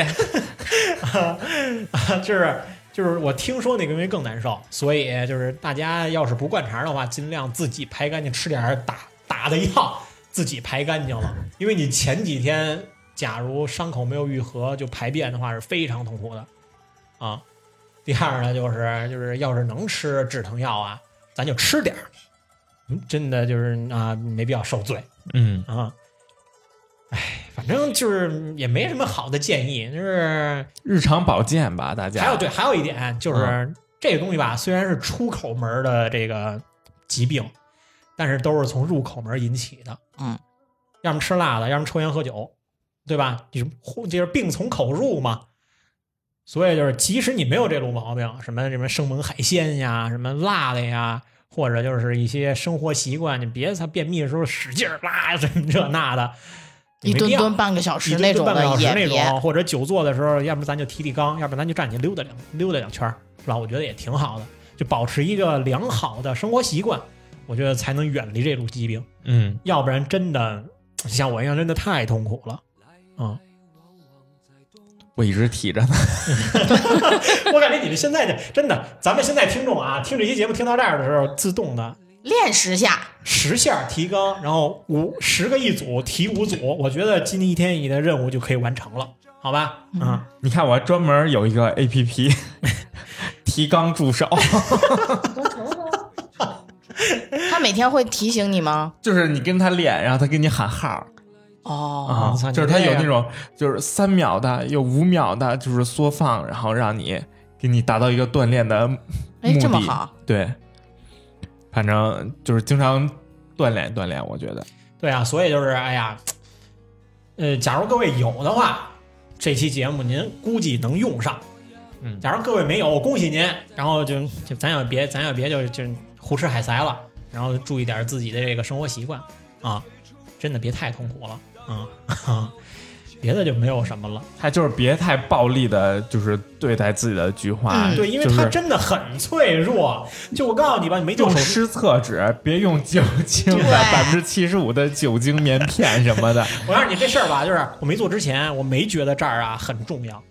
Speaker 5: (laughs) 啊就是就是我听说那个东西更难受，所以就是大家要是不灌肠的话，尽量自己排干净，吃点儿打打的药，自己排干净了。因为你前几天假如伤口没有愈合就排便的话，是非常痛苦的啊。第二呢，就是就是要是能吃止疼药啊，咱就吃点儿，嗯真的就是啊，没必要受罪。
Speaker 7: 嗯，
Speaker 5: 啊。哎，反正就是也没什么好的建议，就是
Speaker 7: 日常保健吧，大家。
Speaker 5: 还有对，还有一点
Speaker 6: 嗯
Speaker 5: 就是这个东西吧，虽然是出口门儿的这个疾病，但是都是从入口门儿引起的。
Speaker 6: 嗯，
Speaker 5: 要么吃辣的，要么抽烟喝酒，对吧？你是就是病从口入嘛。所以就是，即使你没有这路毛病，什么什么生猛海鲜呀，什么辣的呀，或者就是一些生活习惯，你别他便秘的时候使劲儿拉什么这那的，你
Speaker 6: 一
Speaker 5: 没必
Speaker 6: 顿
Speaker 5: 要
Speaker 6: 顿半个小时
Speaker 5: 一
Speaker 6: 那
Speaker 5: 顿
Speaker 6: 种
Speaker 5: 半个小
Speaker 6: 的
Speaker 5: 时
Speaker 6: 也
Speaker 5: 那
Speaker 6: 别，
Speaker 5: 种，或者久坐的时候，要不咱就提提肛，要不咱就站起溜达两溜达两圈儿，是吧？我觉得也挺好的，就保持一个良好的生活习惯，我觉得才能远离这种疾病。
Speaker 7: 嗯，
Speaker 5: 要不然真的像我一样，真的太痛苦了。 (laughs) 嗯，
Speaker 7: 我一直提着呢。 (laughs)
Speaker 5: 我感觉你们现在的真的，咱们现在听众啊，听这期节目听到这儿的时候，自动的
Speaker 6: 练十下，
Speaker 5: 十下提纲，然后五十个一组，提五组，我觉得今天一天你的任务就可以完成了，好吧？嗯，
Speaker 7: 你看，我还专门有一个 A P P，提纲助手， (laughs)
Speaker 6: 他每天会提醒你吗？
Speaker 7: 就是你跟他练，然后他给你喊号儿
Speaker 6: 哦，
Speaker 7: 啊
Speaker 5: 我操，你
Speaker 7: 就是他
Speaker 5: 这
Speaker 7: 有那
Speaker 5: 样
Speaker 7: 种就是三秒的，有五秒的，就是缩放，然后让你给你达到一个锻炼的目
Speaker 6: 哎，
Speaker 7: 的。
Speaker 6: 这么好，
Speaker 7: 对，反正就是经常锻炼锻炼，我觉得
Speaker 5: 对啊，所以就是哎呀，呃，假如各位有的话，这期节目您估计能用上。
Speaker 7: 嗯
Speaker 5: 假如各位没有，恭喜您。然后就就咱也别咱也别就就胡吃海塞了，然后注意点自己的这个生活习惯啊，真的别太痛苦了啊。 (laughs) 别的就没有什么了，
Speaker 7: 他就是别太暴力的，就是对待自己的菊花。
Speaker 6: 嗯
Speaker 5: 对，因为
Speaker 7: 就是
Speaker 5: 它真的很脆弱。就我告诉你吧，你没动
Speaker 7: 用
Speaker 5: 手
Speaker 7: 湿厕纸，别用酒精
Speaker 6: 对
Speaker 7: 的百分之七十五的酒精棉片什么的。
Speaker 5: (laughs) 我告诉你这事儿吧，就是我没做之前，我没觉得这儿啊很重要。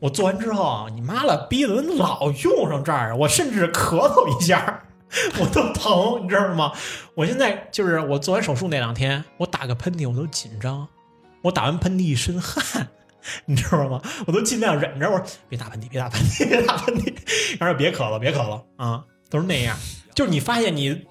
Speaker 5: 我做完之后啊，你妈了逼的，怎么老用上这儿啊？我甚至咳嗽一下儿， (laughs) 我都疼，你知道吗？我现在就是我做完手术那两天，我打个喷嚏我都紧张，我打完喷嚏一身汗， (laughs) 你知道吗？我都尽量忍着，我说别打喷嚏，别打喷嚏，别打喷嚏，然后别咳了，别咳了啊，都是那样。就是你发现你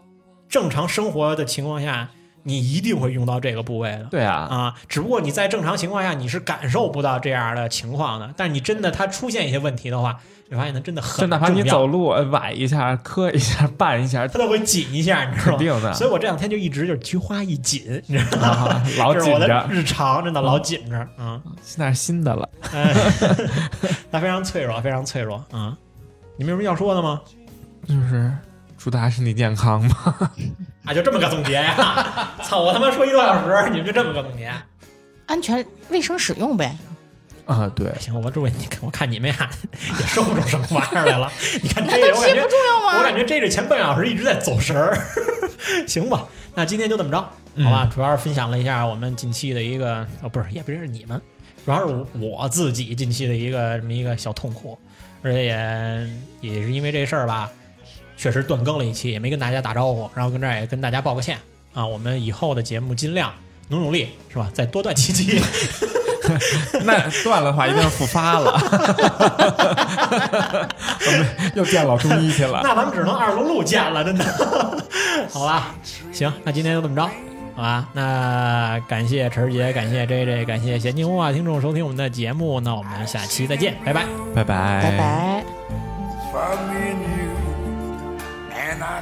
Speaker 5: 正常生活的情况下，你一定会用到这个部位的。
Speaker 7: (laughs) 对啊，
Speaker 5: 啊，只不过你在正常情况下你是感受不到这样的情况的，但是你真的它出现一些问题的话，你发现它真的很
Speaker 7: 就哪怕你
Speaker 5: 重要
Speaker 7: 走，路呃崴一下、磕一下、绊一下，
Speaker 5: 它都会紧一下，你知道
Speaker 7: 肯
Speaker 5: 吗？
Speaker 7: 定的。
Speaker 5: 所以我这两天就一直就是菊花一紧，你知道吗？
Speaker 7: 啊，老
Speaker 5: 这是
Speaker 7: 紧
Speaker 5: 我的
Speaker 7: 着，嗯
Speaker 5: 日常，真的老紧着啊，
Speaker 7: 现在是新的了。
Speaker 5: 哎它非常脆弱，非常脆弱啊！你们有什么要说的吗？
Speaker 7: 就是祝大家身体健康吧。
Speaker 5: 啊，就这么个总结呀！ (laughs) 操，我他妈说一个多小时，你们就这么个总结？
Speaker 6: 安全卫生使用呗。
Speaker 7: 啊，对，
Speaker 5: 行，我这我你看，我看你们俩 (laughs) 也说不出什么玩意儿来了。你看这
Speaker 6: 难
Speaker 5: 个，
Speaker 6: 道
Speaker 5: 我感
Speaker 6: 贴
Speaker 5: 觉
Speaker 6: 不重要
Speaker 5: 我
Speaker 6: 吗？
Speaker 5: 感觉这是前半小时一直在走神儿， (laughs) 行吧？那今天就这么着，好吧？主要是分享了一下我们近期的一个，哦，不是，也不是你们，主要是我自己近期的一个这么一个小痛苦，而且也也是因为这事儿吧，确实断更了一期，也没跟大家打招呼，然后跟这儿也跟大家报个歉啊。我们以后的节目尽量努努力，是吧？再多断几期。
Speaker 7: 那断了的话一定是复发了， (laughs) 我们又见老中医去了。
Speaker 5: 那咱们只能二龙路见了，真的。 (laughs) 好吧，行，那今天就这么着，好吧？那感谢晨儿姐，感谢 J J，感谢闲情文化听众收听我们的节目，那我们下期再见，拜拜。
Speaker 7: 拜拜，
Speaker 6: 拜。拜。
Speaker 1: find me in you. And I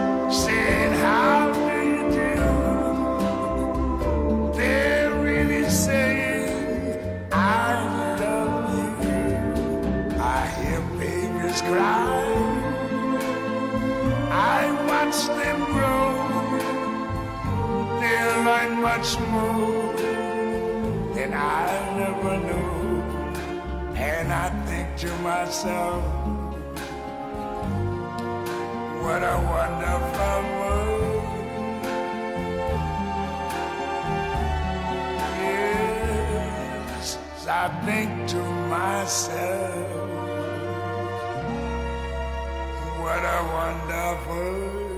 Speaker 1: saying, How do you do? They're really saying, I love you. I hear babies cry. I watch them grow. They're like much more than I never knew. And I think to myself, What a wonderful world. Yes, I think to myself, what a wonderful